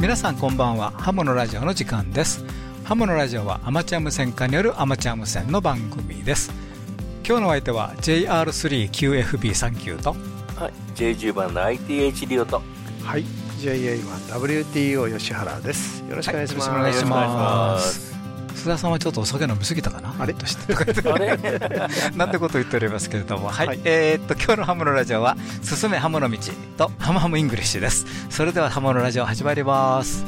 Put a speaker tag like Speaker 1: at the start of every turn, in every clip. Speaker 1: 皆さんこんばんはハモのラジオの時間ですハモのラジオはアマチュア無線化によるアマチュア無線の番組です今日のお相手は JR3QFB39 と
Speaker 2: はい、J10 番の ITH リオと
Speaker 3: はい JA1WTO 吉原ですよろしくお願いします、
Speaker 1: はいよろしくお願いし
Speaker 2: ま
Speaker 1: ますす須田さんはちょっとお酒飲みすぎたかなあれとしてとか言って
Speaker 2: あれ
Speaker 1: なんてことを言っておりますけれども、はい、
Speaker 3: はい
Speaker 1: えーっと、今日のハムのラジオは、進めハムの道と、ハムハムイングリッシュです。それでは、ハムのラジオ始まります。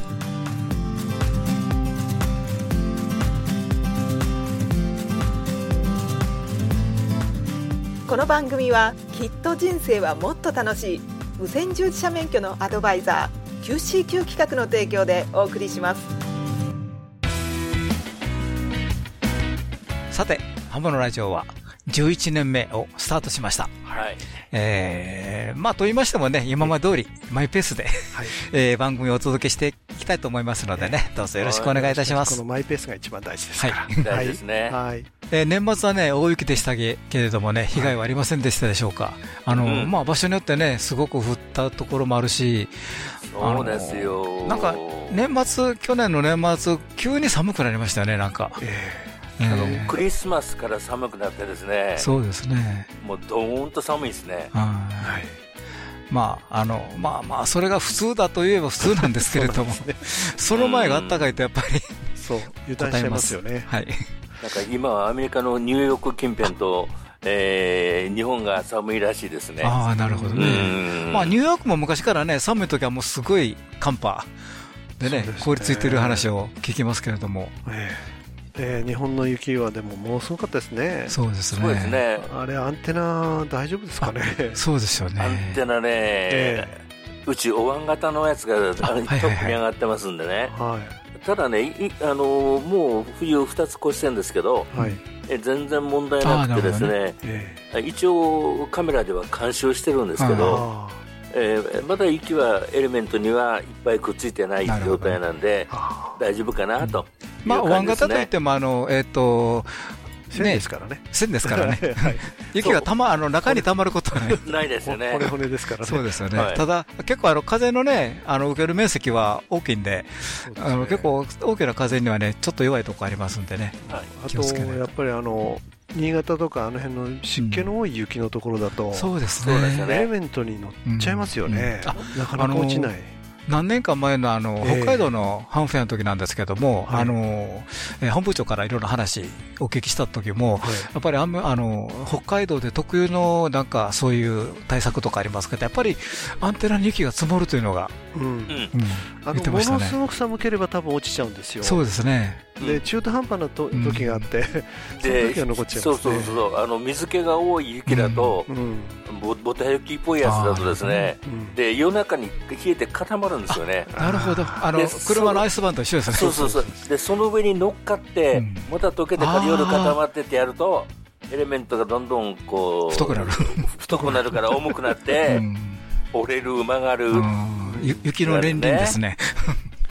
Speaker 4: この番組はきっと人生はもっと楽しい無線従事者免許のアドバイザー QCQ 企画の提供でお送りします
Speaker 1: さて、ハムのラジオは、11年目をスタートしました。
Speaker 2: はい、
Speaker 1: えー、まあ、と言いましてもね、今まで通り、マイペースで、
Speaker 3: はい
Speaker 1: えー、番組をお届けしていきたいと思いますのでね、どうぞよろしくお願いいたしま
Speaker 3: こ
Speaker 1: す
Speaker 3: の。マイペースが一番大事ですから
Speaker 1: は
Speaker 2: 大事ですね
Speaker 3: はい
Speaker 1: えー年末はね大雪でしたけれどもね被害はありませんでしたでしょうか、あの
Speaker 2: うん
Speaker 1: まあ、場所によってねすごく降ったところもあるし、あ
Speaker 2: そ
Speaker 1: の
Speaker 2: うですよ
Speaker 1: なんか年末去年の年末急に寒くなりましたよねなんか、
Speaker 3: え
Speaker 1: え
Speaker 2: あ
Speaker 1: ー
Speaker 2: のクリスマスから寒くなってですね
Speaker 1: そうですね、
Speaker 2: もうどーんと寒いですね
Speaker 1: は
Speaker 3: ー
Speaker 1: い
Speaker 3: はい
Speaker 1: まああのまあまあそれが普通だといえば普通なんですけれどもそ,、の前があったかいとやっぱり
Speaker 3: そう油断しちゃいますよね
Speaker 1: はい
Speaker 2: なんか今はアメリカのニューヨーク近辺と、えー、日本が寒いらしいですね
Speaker 1: ああなるほど
Speaker 2: う
Speaker 1: ね、
Speaker 2: ーん
Speaker 1: まあ、ニューヨークも昔からね寒い時はもうすごい寒波で
Speaker 3: そう
Speaker 1: ね
Speaker 3: ですね
Speaker 1: 凍りついてる話を聞きますけれども
Speaker 3: えええー日本の雪はでももうすごかったですね
Speaker 1: そうですね。
Speaker 2: そうですね
Speaker 3: あれアンテナ大丈夫ですかね
Speaker 1: そうですよね。
Speaker 2: アンテナね、
Speaker 3: え
Speaker 2: うちお椀型のやつがあのト
Speaker 1: はいはいはい
Speaker 2: ップに上がってますんでね、
Speaker 3: はい
Speaker 2: ただねいあのもう冬2つ越してるんですけど
Speaker 3: はい
Speaker 2: え全然問題なくてです
Speaker 1: あーな
Speaker 2: ね
Speaker 3: ええ
Speaker 2: 一応カメラでは監視をしてるんですけど、
Speaker 3: あ
Speaker 2: えーまだ雪はエレメントにはいっぱいくっついてない
Speaker 1: なるほ
Speaker 2: 状
Speaker 1: ど
Speaker 2: 態なんで
Speaker 3: ーあ
Speaker 2: 大丈夫かなと、
Speaker 1: まあ、お椀型とい
Speaker 2: ね
Speaker 1: っても、あの、えっ、と、
Speaker 3: ー線ですからね。
Speaker 1: 線ですからね
Speaker 3: はい
Speaker 1: 雪がたま、あの、中に溜まることはない。
Speaker 2: ないですよね
Speaker 3: 骨骨ですからね
Speaker 1: そうですよね。
Speaker 2: はい
Speaker 1: ただ、結構、あの、風のね、あの、受ける面積は大きいんで、
Speaker 3: そうですね
Speaker 1: あの、結構、大きな風にはね、ちょっと弱いとこありますんでね。
Speaker 2: はい
Speaker 3: あ
Speaker 1: 気をつけない
Speaker 3: と
Speaker 1: と
Speaker 3: やっぱりあの新潟とかあの辺の湿気の多い雪のところだと、
Speaker 1: そうです
Speaker 2: そうですよ
Speaker 1: ね。
Speaker 2: ね
Speaker 3: エレメントに乗っちゃいますよね、
Speaker 1: うんう
Speaker 3: なかなか落ちない、
Speaker 1: 何年か前の、あの、
Speaker 3: ええ
Speaker 1: 北海道のハンフェアの時なんですけども、
Speaker 3: はい
Speaker 1: あの、えー本部長からいろんな話お聞きした時も、
Speaker 3: はい
Speaker 1: やっぱりあんまあの北海道で特有のなんかそういう対策とかありますけど、やっぱりアンテナに雪が積もるというのが、
Speaker 3: うん
Speaker 2: うん
Speaker 1: うん
Speaker 3: あ
Speaker 1: 見
Speaker 3: の
Speaker 1: て
Speaker 3: も
Speaker 1: ました
Speaker 3: のす
Speaker 1: ね。
Speaker 3: ごく寒ければ多分落ちちゃうんですよ
Speaker 1: そうですね。
Speaker 3: で中途半端なと
Speaker 1: うん
Speaker 3: 時があって、その
Speaker 2: で
Speaker 3: 時は残っちゃいますね
Speaker 2: そうそうそうあの水気が多い雪だと、
Speaker 3: うんうん
Speaker 2: ぼぼた雪っぽいやつだとですねで夜中に冷えて固まるんですよね
Speaker 1: なるほど。あの
Speaker 2: で
Speaker 1: 車のアイスバンと一緒ですね。
Speaker 2: そうそうそうでその上に乗っかって、
Speaker 1: うん
Speaker 2: また溶けてから夜固まってってやるとエレメントがどんどんこう
Speaker 1: 太くなる。
Speaker 2: 太くなるから重くなって、
Speaker 1: うん
Speaker 2: 折れる曲がる、
Speaker 1: うんゆ雪の連輪ですね。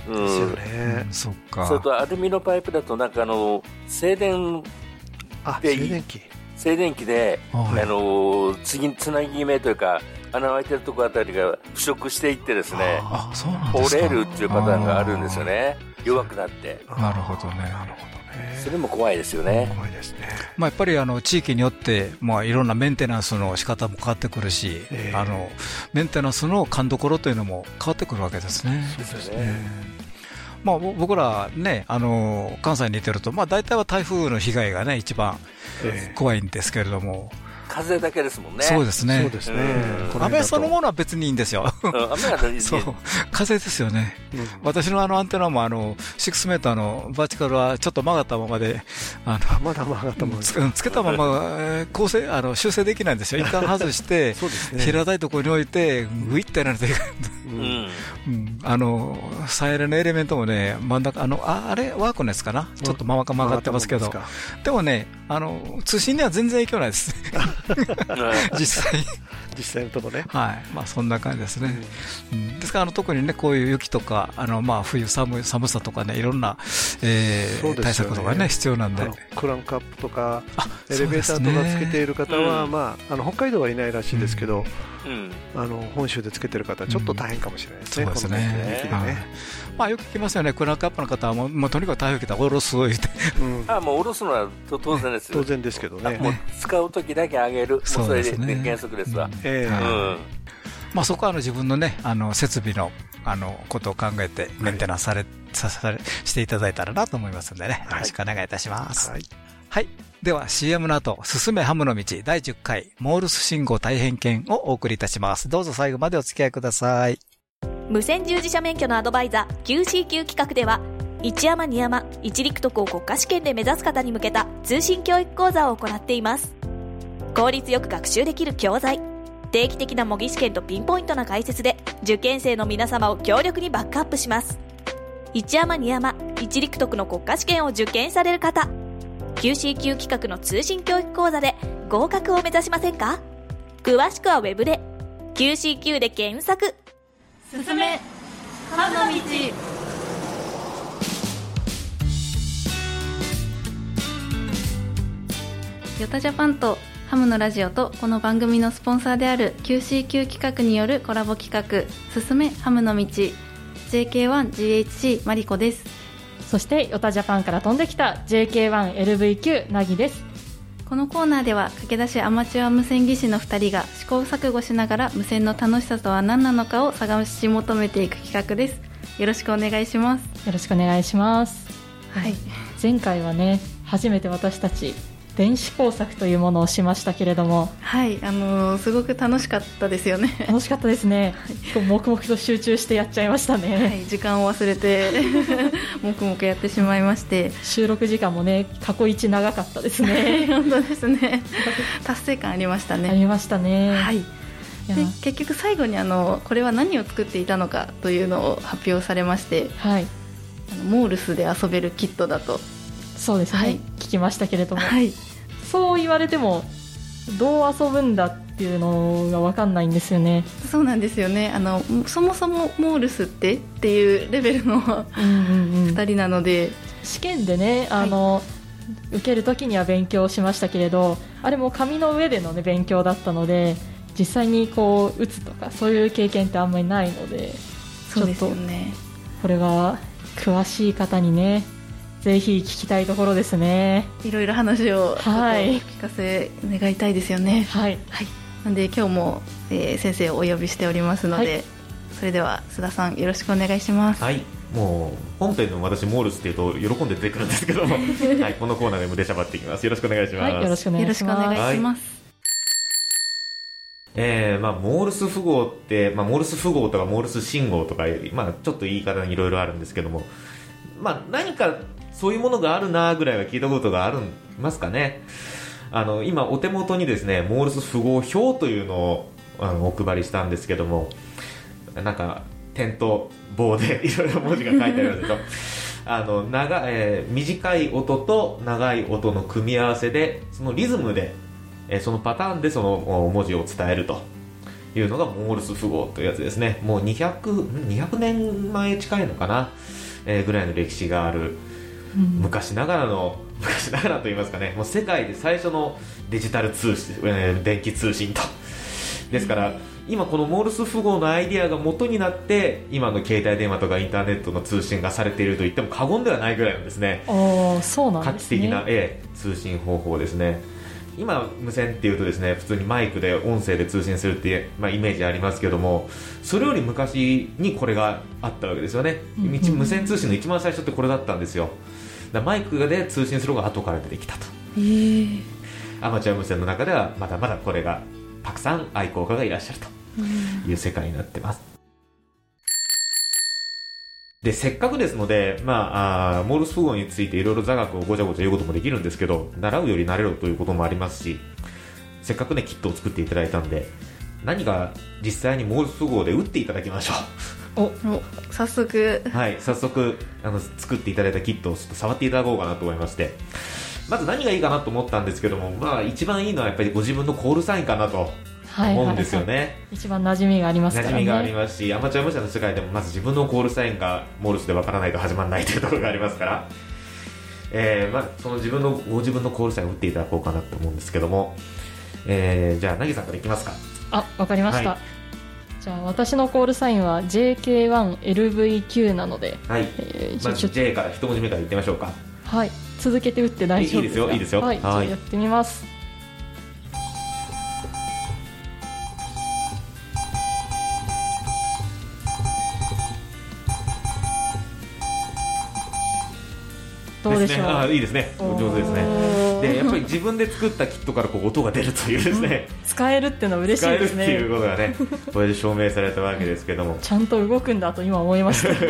Speaker 2: うん
Speaker 3: ですよね、
Speaker 1: そっ
Speaker 2: それ
Speaker 1: か。
Speaker 2: とアルミのパイプだとなんかあの静電
Speaker 3: あ
Speaker 2: で
Speaker 3: 静電気
Speaker 2: 静電気で、
Speaker 1: はい
Speaker 2: あの次つなぎ目というか穴開いてるとこあたりが腐食していってですね
Speaker 1: あ、そうなんです
Speaker 2: 折
Speaker 1: か。
Speaker 2: れるっていうパターンがあるんですよね弱くなって
Speaker 1: なるほどね
Speaker 3: なるほどね
Speaker 2: それも怖いですよね、
Speaker 3: 怖いですね
Speaker 1: まあ、やっぱりあの地域によって、まあ、いろんなメンテナンスの仕方も変わってくるし、
Speaker 3: ええ
Speaker 1: あのメンテナンスの勘どころというのも変わってくるわけですね。
Speaker 2: そうです
Speaker 1: え
Speaker 2: ね
Speaker 1: えまあ、ぼ僕ら、ね、あの関西にいてると、まあ、大体は台風の被害が、ね、一番
Speaker 3: え
Speaker 1: 怖いんですけれども、
Speaker 2: 風だけですもんね
Speaker 1: そうです
Speaker 3: え
Speaker 1: ね
Speaker 3: そうですね
Speaker 2: うん
Speaker 3: この間だと
Speaker 1: 雨そのものは別にいいんですよ、
Speaker 2: うん、雨が大事
Speaker 1: そう風ですよね、
Speaker 3: うん
Speaker 1: 私のあのアンテナもあの6メーターのバーチカルはちょっと曲がったままで、あの
Speaker 3: まだ曲がったもんです
Speaker 1: つうんつけたままえー構成あの修正できないんですよ、一旦外して、
Speaker 3: そうですね
Speaker 1: 平たいところに置いて、グイッてやられていく、
Speaker 3: う
Speaker 2: うんん、
Speaker 1: うんあのサイレンのエレメントもね、真ん中、あのああれ、ワークのやつかな、ちょっと曲が曲がってますけど、
Speaker 3: 曲がっ
Speaker 1: でもねあの、通信には全然影響ないです、実際、
Speaker 3: たもんですか実際のとこね
Speaker 1: はいまあ、そんな感じですね。うんですからあの、特にね、こういう雪とか、あのまあ、冬寒い、寒さとかね、いろんな、えー
Speaker 3: そうですよね
Speaker 1: 対策とかね、必要なん
Speaker 3: あ
Speaker 1: で
Speaker 3: の。クランクアップとか
Speaker 1: あ
Speaker 3: エレベーターとかつけている方は、
Speaker 2: うん
Speaker 3: まあ、あの北海道はいないらしいですけど、
Speaker 2: うん
Speaker 3: あの本州でつけてる方はちょっと大変かもしれないですね、
Speaker 1: そうです
Speaker 3: この
Speaker 1: ね
Speaker 3: 雪で
Speaker 1: はい
Speaker 3: ね、
Speaker 1: まあ、よく聞きますよねクランクアップの方はもうもうとにかく台風来たら下ろす言うて
Speaker 3: うん、
Speaker 2: あもう下ろすのはと当然です
Speaker 3: 当然ですけど
Speaker 2: あもう
Speaker 3: ね、
Speaker 2: 使う時だけ上げる、もう
Speaker 1: そ
Speaker 2: そう
Speaker 1: で
Speaker 2: れ
Speaker 1: す
Speaker 2: で
Speaker 1: ね
Speaker 2: 原則ですわ。
Speaker 3: ええ
Speaker 2: う
Speaker 1: はい
Speaker 2: ん
Speaker 1: まあそこはあの自分のねあの設備のあのことを考えてメンテナンスされ、さされしていただいたらなと思いますんでねよろしくお願いいたします、
Speaker 3: はい、
Speaker 1: はい。では CM の後、進めハムの道第10回モールス信号大変見をお送りいたします。どうぞ最後までお付き合いください。
Speaker 5: 無線従事者免許のアドバイザー QCQ 企画では一山二山一陸徳を国家試験で目指す方に向けた通信教育講座を行っています効率よく学習できる教材定期的な模擬試験とピンポイントな解説で受験生の皆様を強力にバックアップします一山二山一陸徳の国家試験を受験される方 QCQ 企画の通信教育講座で合格を目指しませんか詳しくはウェブで QCQ で検索
Speaker 6: 進め歯の道ヨタジャパンとハムのラジオとこの番組のスポンサーである QCQ 企画によるコラボ企画「進めハムの道」JK1GHC マリコです
Speaker 7: そしてヨタジャパンから飛んできた JK1LVQ なぎです
Speaker 6: このコーナーでは駆け出しアマチュア無線技師の2人が試行錯誤しながら無線の楽しさとは何なのかを探し求めていく企画ですよろしくお願いします
Speaker 7: よろしくお願いします
Speaker 6: はい
Speaker 7: 前回はね初めて私たち電子工作というものをしましたけれども
Speaker 6: はい、あのーすごく楽しかったですよね。
Speaker 7: 楽しかったです ね、こう黙々と集中してやっちゃいましたね、
Speaker 6: はい、時間を忘れて黙々やってしまいまして、
Speaker 7: 収録時間もね過去一長かったです ね
Speaker 6: 本当ですね。達成感ありました
Speaker 7: あ
Speaker 6: ね。
Speaker 7: りましたね、
Speaker 6: はいい。
Speaker 7: や
Speaker 6: で結局最後にあのこれは何を作っていたのかというのを発表されまして、
Speaker 7: はい、
Speaker 6: あのモールスで遊べるキットだと。
Speaker 7: そうですね、
Speaker 6: はい
Speaker 7: 聞きましたけれども、
Speaker 6: はい。
Speaker 7: そう言われてもどう遊ぶんだっていうのが分かんないんですよね、
Speaker 6: そうなんですよね。あのそもそもモールスってっていうレベルの
Speaker 7: うんうんうん
Speaker 6: 二人なので、
Speaker 7: 試験でねあの、受ける時には勉強しましたけれどあれも紙の上での、ね、勉強だったので実際にこう打つとかそういう経験ってあんまりないので
Speaker 6: そうですよね。
Speaker 7: これは詳しい方にねぜひ聞きたいところですね
Speaker 6: いろいろ話をちょっとお
Speaker 7: はい
Speaker 6: 聞かせ願いたいですよね。
Speaker 7: はい
Speaker 6: はい、なんで今日も、えー先生をお呼びしておりますので、
Speaker 7: はい
Speaker 6: それでは須田さんよろしくお願いします。
Speaker 8: はい、もう本編の私、モールスっていうと喜んで出てくるんですけど も、はい、このコーナーでも出しゃばっていきます。よろしくお願いします。
Speaker 7: はいよろしくお願
Speaker 6: よろ
Speaker 7: い
Speaker 6: し
Speaker 7: し
Speaker 6: くお願
Speaker 7: ます
Speaker 6: いします。
Speaker 8: えーまあ、モールス符号って、まあ、モールス符号とかモールス信号とか、まあ、ちょっと言い方にいろいろあるんですけども、まあ、何かそういうものがあるなぐらいは聞いたことがあるんますかねあの今お手元にですねモールス符号表というのをあのお配りしたんですけどもなんか点と棒でいろいろ文字が書いてあるんですけどあの長、えー短い音と長い音の組み合わせでそのリズムでえーそのパターンでそのお文字を伝えるというのがモールス符号というやつですねもう200ん200年前近いのかな、えーぐらいの歴史がある
Speaker 7: うん
Speaker 8: 昔ながらの 昔ながらと言いますかねもう世界で最初のデジタル通信、えー電気通信とですから今このモールス符号のアイディアが元になって今の携帯電話とかインターネットの通信がされていると言っても過言ではないぐらいなんですね
Speaker 7: おーそうなん
Speaker 8: 画
Speaker 7: で
Speaker 8: 期
Speaker 7: す
Speaker 8: 的な
Speaker 7: ね、
Speaker 8: ええ通信方法ですね今無線っていうとですね普通にマイクで音声で通信するっていう、まあ、イメージありますけどもそれより昔にこれがあったわけですよね、
Speaker 7: うんうん
Speaker 8: 一無線通信の一番最初ってこれだったんですよだからマイクで通信するのが後から出てきたとアマチュア無線の中ではまだまだこれがたくさん愛好家がいらっしゃるという世界になってます。で、せっかくですので、まあ、あーモールス符号についていろいろ座学をごちゃごちゃ言うこともできるんですけど、習うより慣れろということもありますし、せっかくね、キットを作っていただいたんで、何か実際にモールス符号で打っていただきましょ
Speaker 6: お早速
Speaker 8: う。 はい、早速、あの、作っていただいたキットをちょっと触っていただこうかなと思いまして、まず何がいいかなと思ったんですけども、まあ、一番いいのはやっぱりご自分のコールサインかなと
Speaker 7: はい
Speaker 8: 思うんですよね。
Speaker 7: 一番馴染みがありますか
Speaker 8: 馴
Speaker 7: らね
Speaker 8: 染みがありますしアマチュア無線の世界でもまず自分のコールサインがモールスでわからないと始まらないというところがありますから、えーまあ、その自分のご自分のコールサインを打っていただこうかなと思うんですけども、えーじゃあ、なぎさんからいきますか。
Speaker 7: あわかりました、
Speaker 8: はい
Speaker 7: じゃあ私のコールサインは JK1LVQ なので、
Speaker 8: はい。
Speaker 7: えー
Speaker 8: ま
Speaker 7: ち
Speaker 8: ず
Speaker 7: ょちょ
Speaker 8: J から一文字目からいってみましょうか。
Speaker 7: はい続けて打って大丈夫か
Speaker 8: いいですよいいですよ
Speaker 7: はいじゃあ
Speaker 8: はい
Speaker 7: やってみますどうでし
Speaker 8: ね
Speaker 7: ょう
Speaker 8: あーいいですね。お上手ですね。
Speaker 7: おー
Speaker 8: で、やっぱり自分で作ったキットからこう音が出るというですね。
Speaker 7: 使えるってのは 嬉し
Speaker 8: 使え
Speaker 7: いで
Speaker 8: るって
Speaker 7: すね
Speaker 8: いうことがね、これで証明されたわけです けども。
Speaker 7: ちゃんと動くんだと今思いました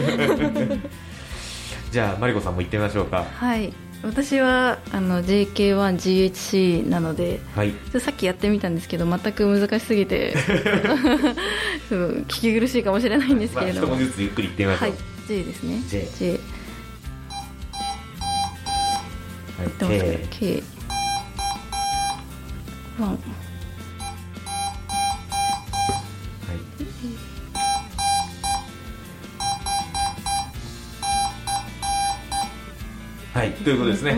Speaker 8: じゃあ、マリコさんも行ってみましょうか。
Speaker 6: はい私はあの JK1GHC なので
Speaker 8: はい。
Speaker 6: ちょっとさっきやってみたんですけど全く難しす ぎてちょっと聞き苦しいかもしれないんです
Speaker 8: ま
Speaker 6: け
Speaker 8: あ、
Speaker 6: れ
Speaker 8: 一
Speaker 6: ども、
Speaker 8: 文字ずつゆっくり行ってみましょ
Speaker 6: は
Speaker 8: う。
Speaker 6: い J ですね
Speaker 8: J
Speaker 6: J
Speaker 8: はい
Speaker 6: どうも
Speaker 8: K
Speaker 6: K ワン
Speaker 8: はいはい、ということですね。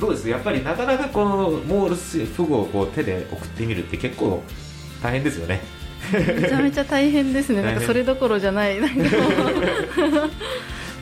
Speaker 8: どうですやっぱりなかなかこのモールス符号をこう手で送ってみるって結構大変ですよね。
Speaker 6: めちゃめちゃ大変です ね
Speaker 8: 大変
Speaker 6: なんかそれどころじゃないなんか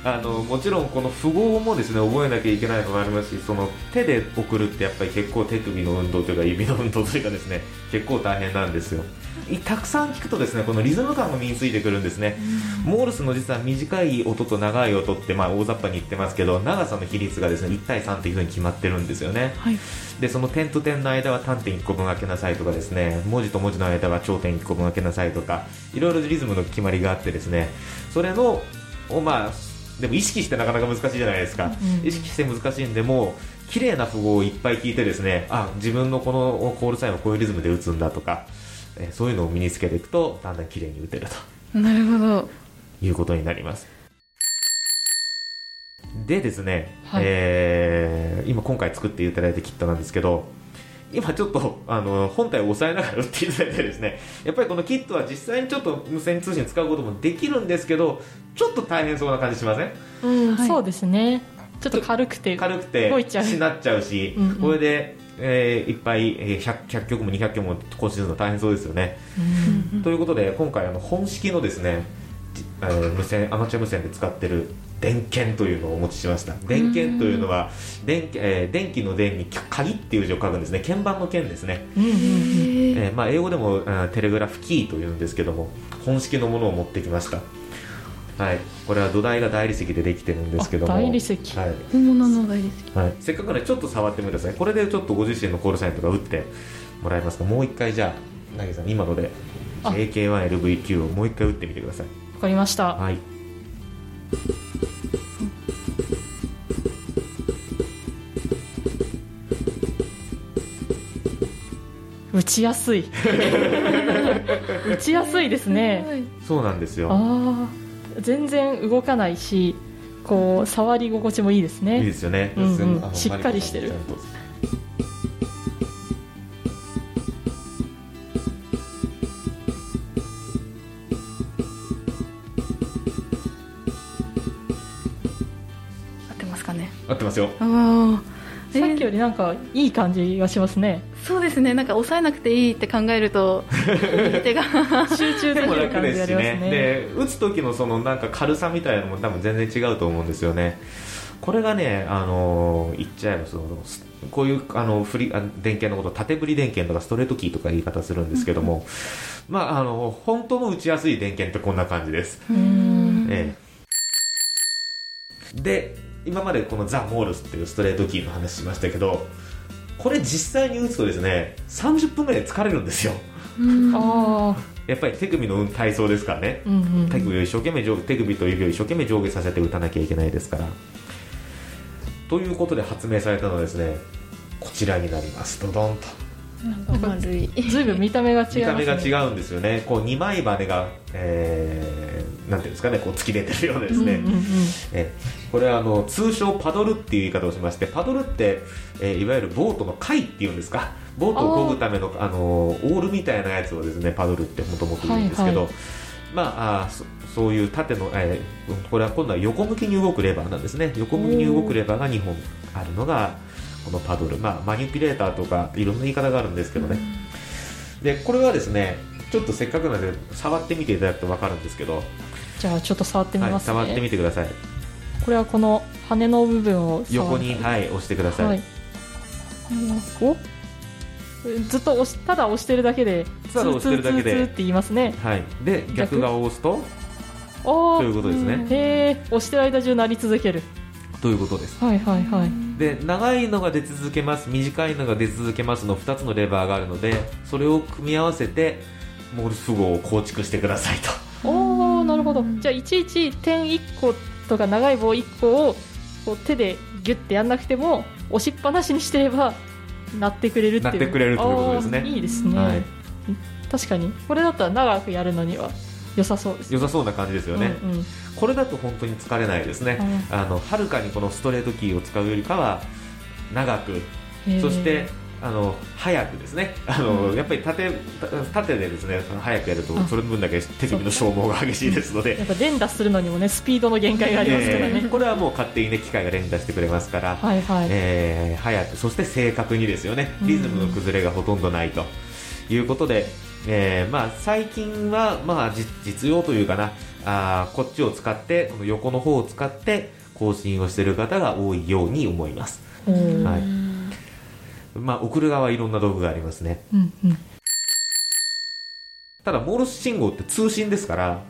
Speaker 8: あのもちろんこの符号もですね覚えなきゃいけないのもありますしその手で送るってやっぱり結構手首の運動というか指の運動というかですね結構大変なんですよいたくさん聞くとですねこのリズム感が身についてくるんですねモールスの実は短い音と長い音ってまあ大雑把に言ってますけど長さの比率がですね1対3っていうふうに決まってるんですよね、
Speaker 7: はい
Speaker 8: でその点と点の間は端点1個分開けなさいとかですね文字と文字の間は頂点1個分開けなさいとかいろいろリズムの決まりがあってですねそれのをまあでも意識してなかなか難しいじゃないですか、
Speaker 7: うん
Speaker 8: 意識して難しいんでもう綺麗な符号をいっぱい聞いてですねあ自分のこのコールサインはこういうリズムで打つんだとかえーそういうのを身につけていくとだんだん綺麗に打てると
Speaker 6: なるほど
Speaker 8: いうことになりますでですね、
Speaker 7: はい
Speaker 8: えー今今回作っていただいたキットなんですけど今ちょっとあの本体を押さえながら打っていただいてですねやっぱりこのキットは実際にちょっと無線通信使うこともできるんですけどちょっと大変そうな感じしません
Speaker 7: うん
Speaker 6: はい
Speaker 7: そうですねちょっと軽くて
Speaker 8: 軽くて
Speaker 7: 動いちゃう
Speaker 8: しなっちゃうし、
Speaker 7: うんうん
Speaker 8: これで、えーいっぱいえー 100, 100曲も200曲も更新するの大変そうですよね、
Speaker 7: うん
Speaker 8: ということで今回あの本式のですねじあの無線アマチュア無線で使ってる電検というのをお持ちしました電検というのは電,、えー電気の電に鍵っていう字を書くんですね鍵盤の鍵ですね、
Speaker 7: うんうんうん
Speaker 8: えーまあ、英語でも、うんテレグラフキーというんですけども本式のものを持ってきましたはい、これは土台が大理石でできてるんですけども
Speaker 7: あ大理石
Speaker 8: はい、
Speaker 6: 本物の大好き
Speaker 8: はい、せっかくなのでちょっと触ってみてくださいこれでちょっとご自身のコールサインとか打ってもらえますかもう一回じゃあなぎさん今ので
Speaker 7: あ
Speaker 8: JK1LVQ をもう一回打ってみてください
Speaker 7: わかりました
Speaker 8: はい
Speaker 7: 打ちやすい打ちやすいですね
Speaker 8: そうなんですよ
Speaker 7: ああ全然動かないしこう触り心地もいいです
Speaker 8: いい
Speaker 7: ね
Speaker 8: ですよね、
Speaker 7: うんうん
Speaker 8: すごいあの
Speaker 7: しっかりしてる
Speaker 8: マリコさんもちゃんと
Speaker 6: 合ってますかね
Speaker 8: 合ってますよ
Speaker 6: ああえ
Speaker 7: さっきよりなんかいい感じがしますね
Speaker 6: そうですねなんか抑えなくていいって考え ると右手が
Speaker 7: 集中でき
Speaker 8: 手も
Speaker 7: る
Speaker 8: 楽
Speaker 7: 感
Speaker 8: で
Speaker 7: じ
Speaker 8: す
Speaker 7: が
Speaker 8: し
Speaker 7: します
Speaker 8: ね
Speaker 7: ね
Speaker 8: で打つ時のそのなんか軽さみたいなのも多分全然違うと思うんですよねこれがね、あのー言っちゃえばそのすこういうあの振りあ電源のことを縦振り電源とかストレートキーとか言い方するんですけども、まあ、あの本当の打ちやすい電源ってこんな感じです、
Speaker 7: うーん
Speaker 8: ええで今までこのザ・モールスっていうストレートキーの話しましたけどこれ実際に打つとですね30分ぐらいで疲れるんですよ
Speaker 7: ああ
Speaker 8: やっぱり手首の体操ですからね
Speaker 7: うんうん
Speaker 8: 手首を一生懸命上下手首と指を一生懸命上下させて打たなきゃいけないですからということで発明されたのはですねこちらになりますドドンと
Speaker 6: 丸い
Speaker 7: ずいぶん見た目が違います、ね、
Speaker 8: 見た目が違うんですよねこう2枚羽が、えーなんていうんですかねこう突き出てるようなですね、
Speaker 7: うんうんうん
Speaker 8: えーこれはあの通称パドルっていう言い方をしましてパドルって、えーいわゆるボートの貝っていうんですかボートを漕ぐためのあのーオールみたいなやつをですねパドルってもともと言うんですけど、
Speaker 7: はいは
Speaker 8: まああーそそういう縦の、えーうんこれは今度は横向きに動くレバーなんですね横向きに動くレバーが2本あるのがこのパドル、まあ、マニピュレーターとかいろんな言い方があるんですけどね、でこれはですねちょっとせっかくなんで触ってみていただくと分かるんですけど、
Speaker 7: じゃあちょっと触ってみ
Speaker 8: は
Speaker 7: ま
Speaker 8: い、
Speaker 7: すね、
Speaker 8: 触ってみてください
Speaker 7: これはこの羽の部分を触
Speaker 8: 横に、はい、押してください、
Speaker 7: はいおずっと押し、ただ押してるだけで、
Speaker 8: ただ押してるだけで
Speaker 7: ツーツーツーツーって言いますね。
Speaker 8: はい、で逆側を押すと
Speaker 7: おー
Speaker 8: ということですね
Speaker 7: へえ、押してる間中鳴り続ける。
Speaker 8: ということです
Speaker 7: はいはいはい。
Speaker 8: で長いのが出続けます短いのが出続けますの2つのレバーがあるのでそれを組み合わせてモルス号を構築してくださいと
Speaker 7: おお、なるほど。じゃあいちいち点一個とか長い棒一個をこう手でギュってやんなくても押しっぱなしにしてれば鳴ってくれるっていう。
Speaker 8: 鳴ってくれるということですね
Speaker 7: あーいいですね。
Speaker 8: はい
Speaker 7: 確かにこれだったら長くやるのには良さそうです。
Speaker 8: 良さそうな感じですよね、
Speaker 7: うんうん
Speaker 8: これだと本当に疲れないですね、あのはるかにこのストレートキーを使うよりかは長く
Speaker 7: へー
Speaker 8: そしてあの早くですねあの、やっぱり縦縦でですね早くやると
Speaker 7: あ
Speaker 8: その分だけ手首の消耗が激しいですので
Speaker 7: やっぱ連打するのにもねスピードの限界がありますから
Speaker 8: えー
Speaker 7: ね。
Speaker 8: これはもう勝手にね機械が連打してくれますから、
Speaker 7: はいはい。
Speaker 8: えー早くそして正確にですよねリズムの崩れがほとんどないということで、えーまあ、最近は、まあ、じ実用というかなあーこっちを使ってこの横の方を使って更新をしている方が多いように思います、
Speaker 7: おー
Speaker 8: はいまあ、送る側はいろんな道具がありますね
Speaker 7: うんうん。
Speaker 8: ただモールス信号って通信ですから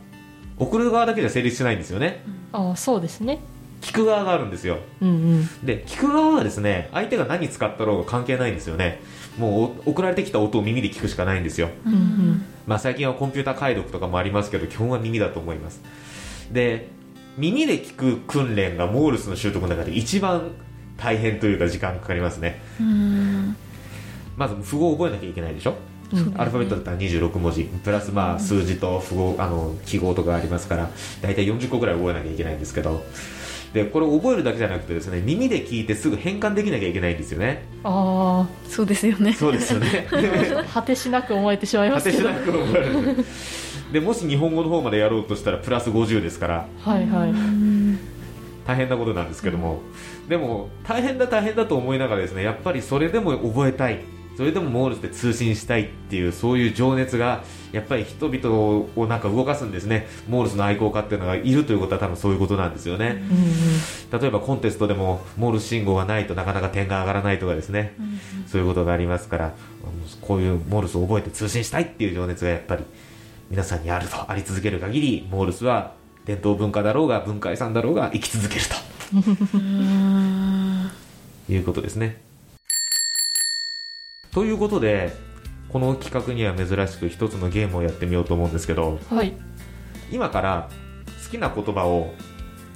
Speaker 8: 送る側だけじゃ成立しないんですよね
Speaker 7: ああそうですね。
Speaker 8: 聞く側があるんですよ
Speaker 7: うんうん。
Speaker 8: で聞く側はですね相手が何使ったろうが関係ないんですよねもうお送られてきた音を耳で聞くしかないんですよ
Speaker 7: うんうん。
Speaker 8: まあ、最近はコンピューター解読とかもありますけど基本は耳だと思いますで耳で聞く訓練がモールスの習得の中で一番大変というか時間かかりますねまず符号を覚えなきゃいけないでしょ、
Speaker 7: うん
Speaker 8: アルファベットだったら26文字プラスまあ数字と符号あの記号とかありますから大体40個ぐらい覚えなきゃいけないんですけどでこれを覚えるだけじゃなくてですね耳で聞いてすぐ変換できなきゃいけないんですよね
Speaker 7: あ
Speaker 6: そうですよね
Speaker 8: そうですよね
Speaker 7: あ 果てしなく思えてしまいま
Speaker 8: 果
Speaker 7: す
Speaker 8: て
Speaker 7: け
Speaker 8: し
Speaker 7: ど
Speaker 8: な。く覚えるでもし日本語の方までやろうとしたらプラス50ですから
Speaker 7: はいはい。
Speaker 8: 大変なことなんですけども、でも大変だ大変だと思いながらですねやっぱりそれでも覚えたいそれでもモールスで通信したいっていうそういう情熱がやっぱり人々をなんか動かすんですねモールスの愛好家っていうのがいるということは多分そういうことなんですよね、
Speaker 7: うんうん。
Speaker 8: 例えばコンテストでもモールス信号がないとなかなか点が上がらないとかですね、そういうことがありますからこういうモールスを覚えて通信したいっていう情熱がやっぱり皆さんにあるとあり続ける限りモールスは伝統文化だろうが文化遺産だろうが生き続けるということですね。ということでこの企画には珍しく一つのゲームをやってみようと思うんですけど
Speaker 7: はい。
Speaker 8: 今から好きな言葉を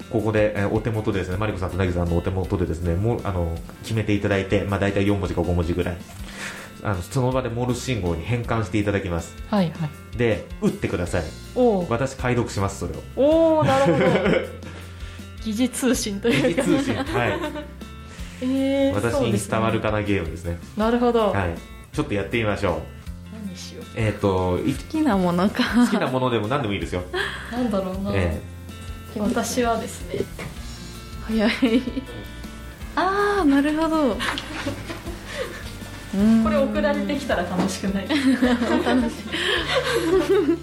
Speaker 8: ここで、えーお手元でですねマリコさんとナギさんのお手元でですねもうあの決めていただいて、まあ、大体4文字か5文字ぐらいあのその場でモールス信号に変換していただきます
Speaker 7: はいはい。
Speaker 8: で打ってください
Speaker 7: おー
Speaker 8: 私解読しますそれを
Speaker 7: おーな るほど。疑似通信という
Speaker 8: 疑
Speaker 7: か。
Speaker 8: 似通信はい
Speaker 7: えー、
Speaker 8: 私
Speaker 7: そうで
Speaker 8: に
Speaker 7: すね
Speaker 8: 伝わるかなゲームですね
Speaker 7: なるほど。
Speaker 8: はいちょっとやってみましょう
Speaker 7: 何しよう。
Speaker 8: えっ、とい
Speaker 6: 好きなものか
Speaker 8: 好きなものでも何でもいいですよ、
Speaker 7: なんだろうな。
Speaker 8: え
Speaker 7: 私はですね。
Speaker 6: 早いああなる ほどうん
Speaker 7: これ送られてきたら楽しくない。
Speaker 8: ー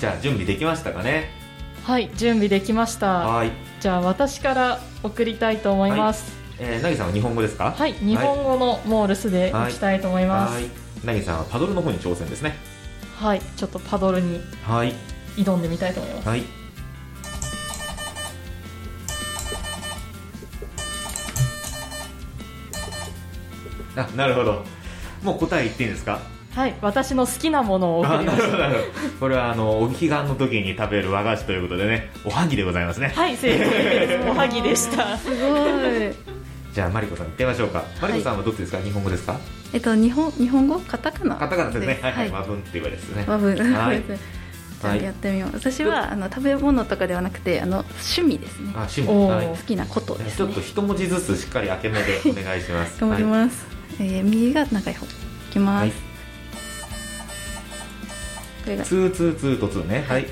Speaker 8: じゃあ準備できましたかね
Speaker 7: はい、準備できました。
Speaker 8: はーい、
Speaker 7: じゃあ私から送りたいと思います。
Speaker 8: えー、ナギさんは日本語ですか
Speaker 7: はい、日本語のモールスでいきたいと思います。
Speaker 8: は
Speaker 7: はい
Speaker 8: い、ナギさんはパドルの方に挑戦ですね
Speaker 7: ちょっとパドルに
Speaker 8: はい
Speaker 7: 挑んでみたいと思います。
Speaker 8: はいあなるほどもう答え言っていいんですか
Speaker 7: はい、私の好きなものを送
Speaker 8: あ
Speaker 7: り
Speaker 8: な
Speaker 7: ま
Speaker 8: る
Speaker 7: し
Speaker 8: ほどなるほどこれはあのお彼岸の時に食べる和菓子ということでねおはぎでございますね
Speaker 7: た。はい、正解です。おはぎでした。
Speaker 6: すごい
Speaker 8: じゃあマリコさん行ってみましょうかマリコさんはどっちですか、日本語ですか
Speaker 6: えっと日本日本語カタカナ
Speaker 8: カタカナですねはいはい
Speaker 6: は
Speaker 8: 和文って言われですね
Speaker 6: い和文
Speaker 8: は
Speaker 6: はいい じゃあやってみよう私はあの食べ物とかではなくてあの趣味ですね
Speaker 8: あ趣味
Speaker 7: おー
Speaker 8: はい
Speaker 6: 好きなことで
Speaker 8: ち
Speaker 6: す
Speaker 8: ょっ
Speaker 6: ね
Speaker 8: と一文字ずつしっかり開け目でお願いしま す
Speaker 6: 頑張り
Speaker 8: す
Speaker 6: ます、えー右が長い方いきます、
Speaker 8: はい
Speaker 6: これが
Speaker 8: ツーツーツーとツーねはい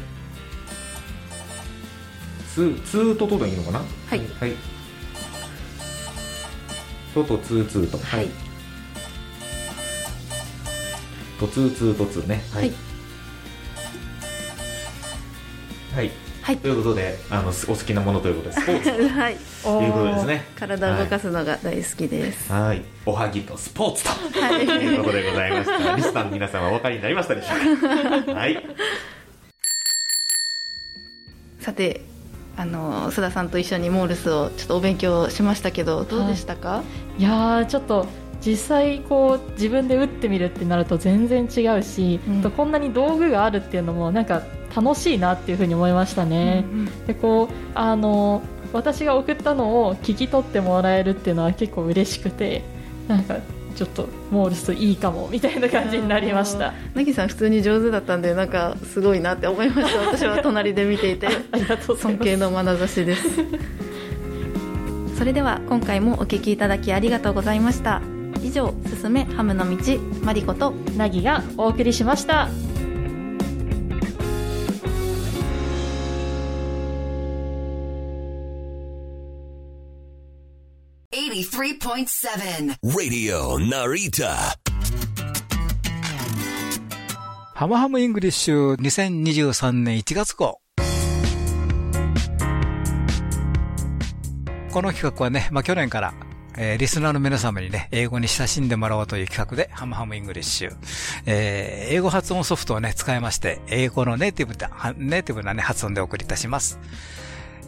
Speaker 8: ツーツーととでいいのかな
Speaker 6: はい
Speaker 8: はいととツーツーと
Speaker 6: はい
Speaker 8: とツーツーとツーね
Speaker 6: はい
Speaker 8: はい
Speaker 6: はい
Speaker 8: ということであのすお好きなものということですスポー ツ
Speaker 6: はい
Speaker 7: お
Speaker 8: と
Speaker 7: ー
Speaker 8: いうことですね
Speaker 6: 体を動かすのが大好きです
Speaker 8: はいはいおはぎとスポー ツと
Speaker 6: はい
Speaker 8: ということでございましたリスナーの皆さんはお分かりになりましたでしょう かはい
Speaker 6: さてあの須田さんと一緒にモールスをちょっとお勉強しましたけどどうでしたか、
Speaker 7: いやーちょっと実際こう自分で打ってみるってなると全然違うし、
Speaker 6: うん
Speaker 7: とこんなに道具があるっていうのもなんか楽しいなっていうふうに思いましたね、
Speaker 6: うん
Speaker 7: でこうあの私が送ったのを聞き取ってもらえるっていうのは結構嬉しくてなんかちょっとモールスいいかもみたいな感じになりました
Speaker 6: なぎさん普通に上手だったんでなんかすごいなって思いました私は隣で見ていて
Speaker 7: ありがとうござい
Speaker 6: 尊
Speaker 7: ます
Speaker 6: 敬の眼差しですそれでは今回もお聞きいただきありがとうございました以上「すすめハムの道」マリコと
Speaker 7: なぎがお送りしました
Speaker 9: 83.7 Radio Narita.
Speaker 1: ハムハムイングリッシュ2023年1月号。この企画はね、まあ、去年から、えーリスナーの皆様にね、英語に親しんでもらおうという企画で、ハムハムイングリッシュ。えー英語発音ソフトをね、使いまして、英語のネイティブな、はネイティブなね、発音でお送りいたします。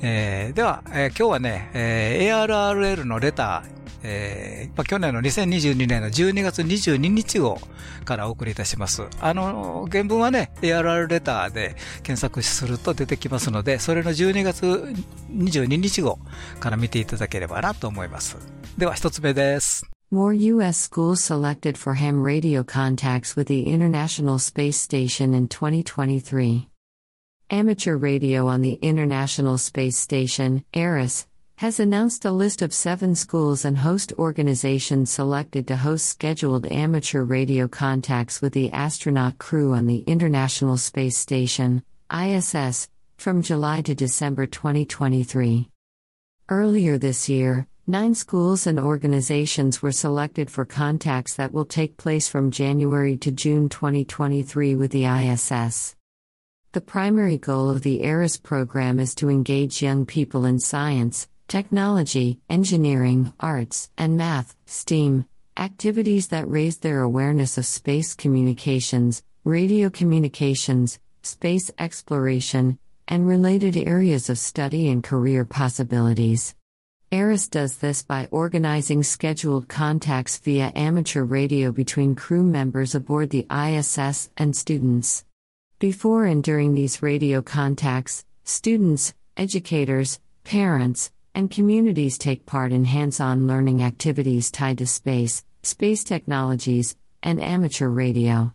Speaker 1: えーでは、えー今日はね、えー ARRL のレター、えーまあ、去年の2022年の12月22日をからお送りいたします。あの、原文はね、ARR レターで検索すると出てきますので、それの12月22日号から見ていただければなと思います。では、一つ目です。
Speaker 10: More U.S. schools selected for ham radio contacts with the International Space Station in 2023. Amateur radio on the International Space Station, ARIS, has announced a list of seven schools and host organizations selected to host scheduled amateur radio contacts with the astronaut crew on the International Space Station, ISS, from July to December 2023. Earlier this year, nine schools and organizations were selected for contacts that will take place from January to June 2023 with the ISS. The primary goal of the ARIS program is to engage young people in science, technology, engineering, arts, and math, STEAM, activities that raise their awareness of space communications, radio communications, space exploration, and related areas of study and career possibilities. ARIS does this by organizing scheduled contacts via amateur radio between crew members aboard the ISS and students. Before and during these radio contacts, students, educators, parents, and communities take part in hands on learning activities tied to space, space technologies, and amateur radio.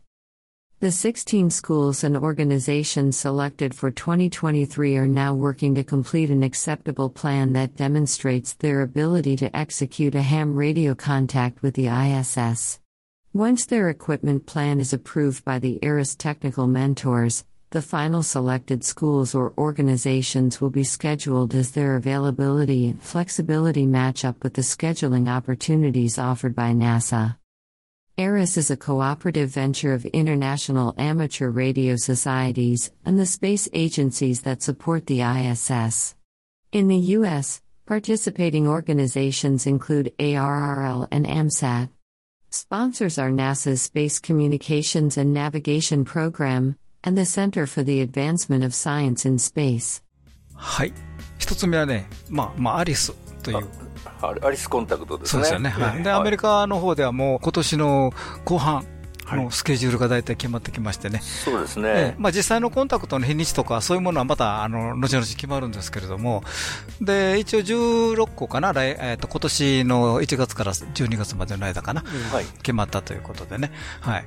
Speaker 10: The 16 schools and organizations selected for 2023 are now working to complete an acceptable plan that demonstrates their ability to execute a ham radio contact with the ISS. Once their equipment plan is approved by the ARIS technical mentors, the final selected schools or organizations will be scheduled as their availability and flexibility match up with the scheduling opportunities offered by NASA. ARIS is a cooperative venture of international amateur radio societies and the space agencies that support the ISS. In the U.S., participating organizations include ARRL and AMSAT. Sponsors are NASA's Space Communications and Navigation Program and the Center for the Advancement of Science in Space.
Speaker 1: はい。一つ目はね、まあ、まあ、アリスという。
Speaker 2: あアリスコンタクトですね。
Speaker 1: そうですよね。はい。で、アメリ
Speaker 2: カ。
Speaker 1: カの方ではもう今年の後半のスケジュールが大体決まってきましてね。
Speaker 2: そうです
Speaker 1: ええ
Speaker 2: ね。
Speaker 1: まあ、実際のコンタクトの日にちとか、そういうものはまたあの後々決まるんですけれども、で一応16個かな、来えっと今年の1月から12月までの間かな、
Speaker 2: はい。
Speaker 1: 決まったということでね、はい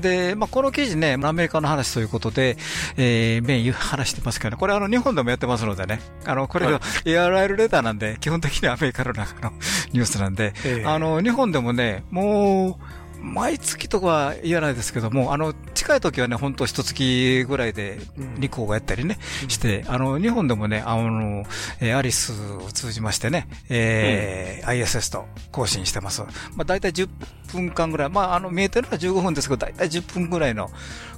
Speaker 1: でまあ、この記事ね、アメリカの話ということで、えー、メイン話してますけどね、これあの、日本でもやってますのでね、あのこれが ARL レターなんで、基本的にはアメリカの中のニュースなんで、
Speaker 3: ええ
Speaker 1: あの日本でもね、もう、毎月とかは言わないですけども、あの、近い時はね、ほんと一月ぐらいで日光がやったりね、して、あの、日本でもね、あの、えーアリスを通じましてね、えー ISS と更新してます。まあ、大体10分間ぐらい、まあ、あの、見えてるのは15分ですけど、大体10分ぐらいの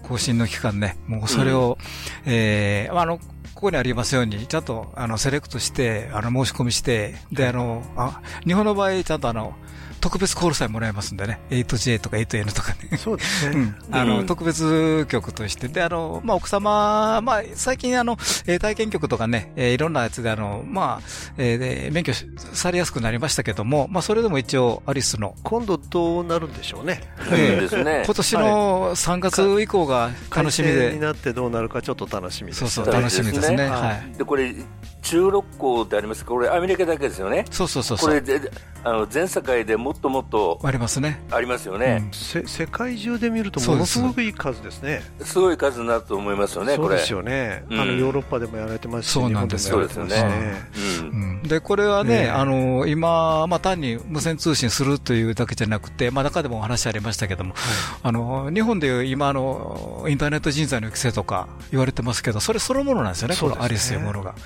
Speaker 1: 更新の期間ね、もうそれを、えーまああの、ここにありますように、ちゃんと、あの、セレクトして、あの、申し込みして、で、あの、あ、日本の場合、ちゃんとあの、特別コールさえもらえますんでね、8J とか 8N とかね。
Speaker 3: そうです
Speaker 1: う
Speaker 3: ね
Speaker 1: ん。あの、特別曲として。で、あの、まあ、奥様、まあ、最近あの、えー体験曲とかね、えーいろんなやつであの、まあ、えーで免許しされやすくなりましたけども、まあ、それでも一応、アリスの、
Speaker 3: 今度どうなるんでしょうね。
Speaker 1: え
Speaker 2: そう
Speaker 1: ー
Speaker 2: ですね。
Speaker 1: 今年の3月以降が楽しみ
Speaker 3: 改正
Speaker 1: で、
Speaker 3: になってどうなるかちょっと楽しみです。
Speaker 1: そうそう、
Speaker 2: そう
Speaker 1: 楽しみですね。
Speaker 2: ですね
Speaker 1: はい。
Speaker 2: で、これ、中六校でありますけどこれ、アメリカだけですよね。
Speaker 1: そうそうそう
Speaker 2: こ
Speaker 1: そ
Speaker 2: れ
Speaker 1: う。
Speaker 2: で、あの、全世界でもっともっと
Speaker 1: ありますね。
Speaker 2: ありますよ
Speaker 1: う
Speaker 2: ね
Speaker 1: ん。
Speaker 3: せ世界中で見るとものすごくいい数ですね。
Speaker 2: すごい数になると思いますよね、
Speaker 3: そ
Speaker 2: こ
Speaker 3: うで
Speaker 2: れ。
Speaker 3: すよね。
Speaker 2: うん
Speaker 3: あのヨーロッパでもやられてますし、
Speaker 1: そうなんです
Speaker 3: 日
Speaker 1: よ
Speaker 3: 本でもやられてますしね。
Speaker 2: うん
Speaker 1: うんでこれはね、
Speaker 3: ええ
Speaker 1: あの今、まあ、単に無線通信するというだけじゃなくて、まあ、中でもお話ありましたけども、あの日本でいう今あの、インターネット人材の育成とか言われてますけど、それそのものなんですよね、
Speaker 3: そう
Speaker 1: こ
Speaker 3: です
Speaker 1: の
Speaker 3: ね
Speaker 1: アリスというものが、うん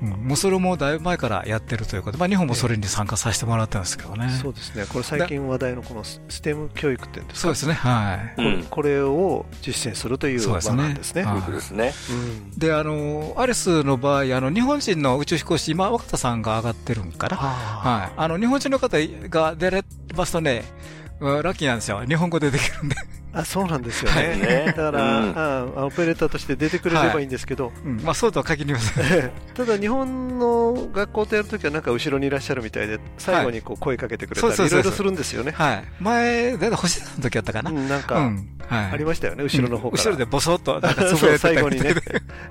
Speaker 1: もうそれもだいぶ前からやってるということで、まあ、日本もそれに参加させてもらったんですけどね、
Speaker 3: そうですね。これ最近話題のこのスステム教育っていうんです
Speaker 1: そう
Speaker 3: か
Speaker 1: で。すね、はい。
Speaker 2: うん
Speaker 3: これを実践するという
Speaker 1: そう
Speaker 3: 場
Speaker 1: ですね
Speaker 3: なんですね。
Speaker 1: は
Speaker 2: そうですね。
Speaker 3: うん
Speaker 1: であのアリスの場合あの、日本人の宇宙飛行士、今、若田さんが上がってるんかな、
Speaker 3: は
Speaker 1: はい、あの日本人の方が出れますとね、うんラッキーなんですよ、日本語でできるんで、
Speaker 3: あ、そうなんですよ
Speaker 2: はいね
Speaker 3: ね。だから
Speaker 2: うん
Speaker 3: ああ、オペレーターとして出てくれればいいんですけど、
Speaker 1: うんまあ、そうとは限りません、
Speaker 3: ただ日本の学校とやるときはなんか後ろにいらっしゃるみたいで最後にこう声かけてくれた
Speaker 1: そうそう
Speaker 3: りい
Speaker 1: そう
Speaker 3: ろいろするんですよね、
Speaker 1: はい、前、だいたい星さんの時やったかな、
Speaker 3: うんなん
Speaker 1: う
Speaker 3: か
Speaker 1: んはい、
Speaker 3: ありましたよね後ろの方から、
Speaker 1: 後ろでぼそっとなんかつぶ
Speaker 3: そ
Speaker 1: や
Speaker 3: う
Speaker 1: いてた
Speaker 3: 最後
Speaker 1: み
Speaker 3: に
Speaker 1: たい
Speaker 3: ね
Speaker 1: で、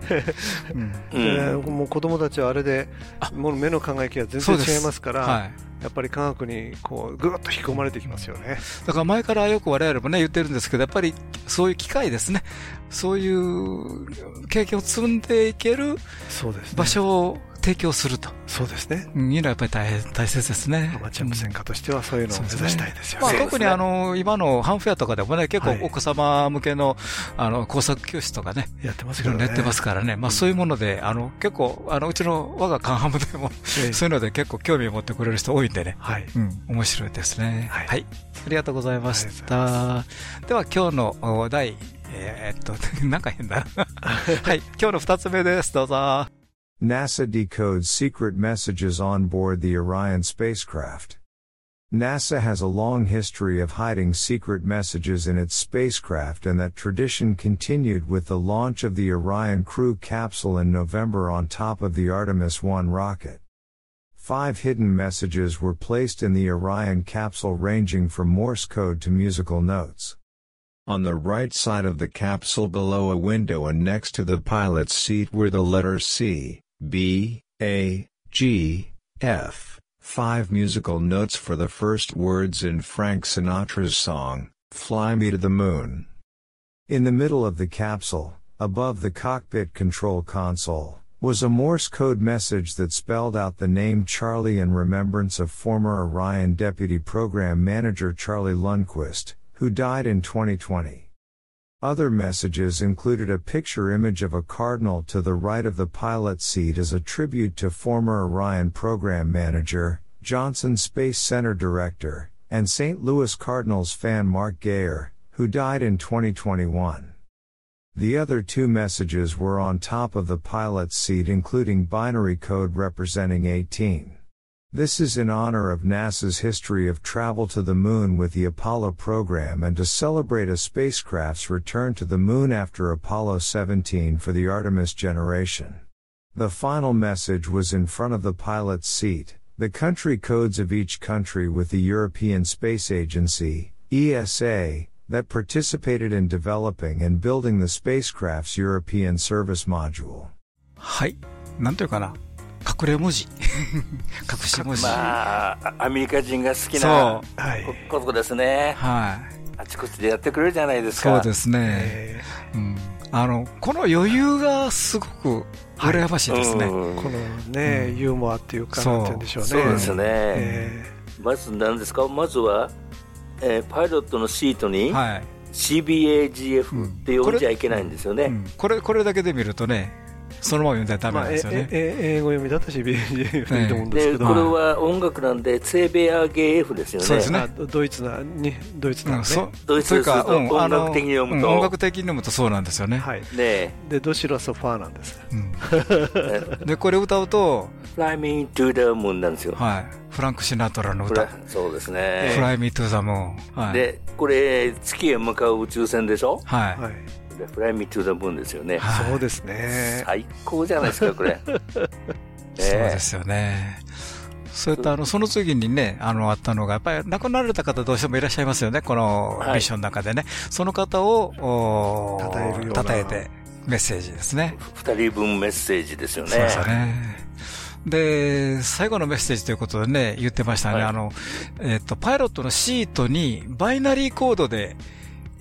Speaker 1: うん
Speaker 2: う
Speaker 3: で
Speaker 2: ん。
Speaker 3: もう子供たちはあれでもう目の考えきが全
Speaker 1: そう
Speaker 3: 然
Speaker 1: です
Speaker 3: 違いますから
Speaker 1: はい、
Speaker 3: やっぱり科学にこうぐっと引き込まれてきますよね、
Speaker 1: だから前からよく我々もね言ってるんですけど、やっぱりそういう機会ですね、そういう経験を積んでいける
Speaker 3: そうですね
Speaker 1: 場所を提供すると、
Speaker 3: そうですね
Speaker 1: うん、いうのはやっぱり大変大切ですね。
Speaker 3: アマチュア無線家としてはそういうのを目指したいですよ
Speaker 1: まあ、
Speaker 3: ね,、
Speaker 1: 特にあの、今のハンフェアとかでもね、結構
Speaker 3: はい
Speaker 1: お子様向けの、あの、工作教室とかね、
Speaker 3: やってます
Speaker 1: い
Speaker 3: か
Speaker 1: ろ
Speaker 3: ら
Speaker 1: いろ
Speaker 3: ね
Speaker 1: やってますからね、まあそういうもので、あの、結構、あの、うちの我がカンハムでも、
Speaker 3: ええ
Speaker 1: そういうので結構興味を持ってくれる人多いんでね、
Speaker 3: はい
Speaker 1: うん、面白いですね。は。
Speaker 3: はいい
Speaker 1: ありがとうございまし
Speaker 3: あ
Speaker 1: た。では、今日のお題、えーっと、 なんか変だな。はい、今日の二つ目です。どうぞ。
Speaker 11: NASA decodes secret messages on board the Orion spacecraft. NASA has a long history of hiding secret messages in its spacecraft and that tradition continued with the launch of the Orion crew capsule in November on top of the Artemis 1 rocket. Five hidden messages were placed in the Orion capsule ranging from Morse code to musical notes. On the right side of the capsule below a window and next to the pilot's seat were the letters C, B, A, G, F, five musical notes for the first words in Frank Sinatra's song, Fly Me to the Moon. In the middle of the capsule, above the cockpit control console, was a Morse code message that spelled out the name Charlie in remembrance of former Orion Deputy Program Manager Charlie Lundquist, who died in 2020. Other messages included a picture image of a cardinal to the right of the pilot seat as a tribute to former Orion Program Manager, Johnson Space Center Director, and St. Louis Cardinals fan Mark Gayer, who died in 2021. The other two messages were on top of the pilot's seat, including binary code representing 18. This is in honor of NASA's history of travel to the moon with the Apollo program and to celebrate a spacecraft's return to the moon after Apollo 17 for the Artemis generation. The final message was in front of the pilot's seat, the country codes of each country with the European Space Agency, ESA, that participated in developing and building the spacecraft's European service module.
Speaker 1: はい。なんていうかな。隠れ文字。隠し文字。
Speaker 2: まあ、アメリカ人が好き
Speaker 1: そ
Speaker 2: な
Speaker 1: う。
Speaker 3: はい
Speaker 2: こここですね。
Speaker 1: はい。
Speaker 2: あちこちでやってくれるじゃないです
Speaker 1: そう
Speaker 2: か。。
Speaker 1: ですすね。
Speaker 3: え
Speaker 1: うん、あのこの余裕がすごく羨ましいですね。
Speaker 3: ーこのね、ユーモアっていうか
Speaker 1: そう
Speaker 3: なんて言うんでしょうね
Speaker 2: そうですね。
Speaker 3: え
Speaker 2: まず何ですかまずは、えーパイロットのシートに、CBAGF って呼んじゃいけないんですよね。
Speaker 1: これ、これだけで見るとね、そのまま読んだらダメな
Speaker 3: ま
Speaker 1: ん
Speaker 3: あ、
Speaker 1: で
Speaker 3: え
Speaker 1: すよ
Speaker 3: え
Speaker 1: ね。
Speaker 3: え英語読みだったし、BGF でいいと思うんです
Speaker 2: で
Speaker 3: け
Speaker 2: こ
Speaker 3: ど、
Speaker 2: れは音楽なんで、ツェベア GF ですよね。
Speaker 1: そうですね
Speaker 3: あドドイツな、にドイツ
Speaker 1: う
Speaker 3: なんね、
Speaker 1: そ
Speaker 2: ドイツ
Speaker 1: というか、
Speaker 2: そうそう
Speaker 1: あ
Speaker 2: 音
Speaker 1: の
Speaker 2: 楽的に読むと
Speaker 1: うん音楽的に読むとそうなんですよね。
Speaker 3: はい、
Speaker 2: ね
Speaker 3: でどちらソファーなんです。
Speaker 1: で、これ歌うと、
Speaker 2: Fly Me to the Moon なんですよ。
Speaker 1: はい、フランク・シナトラの
Speaker 2: こ
Speaker 1: 歌
Speaker 2: れ、そうですね。
Speaker 1: Fly Me to the Moon。はい
Speaker 2: で、これ、月へ向かう宇宙船でしょ
Speaker 1: はい
Speaker 3: はい、
Speaker 2: で Fly Me to the Moon ですよね。
Speaker 3: そうですね。
Speaker 2: 最高じゃないですか、こ れ。ね
Speaker 1: そうですよね。それとあのその次にね、あのあったのが、やっぱり亡くなられた方、どうしてもいらっしゃいますよね、この
Speaker 2: はい
Speaker 1: ミッションの中でね、その方をおー
Speaker 3: 称えるような
Speaker 1: 称えて、メッセージですね。
Speaker 2: 二人分メッセージですよね。
Speaker 1: そうですよね。で、最後のメッセージということでね、言ってましたね、
Speaker 2: はい
Speaker 1: あのえっとパイロットのシートにバイナリーコードで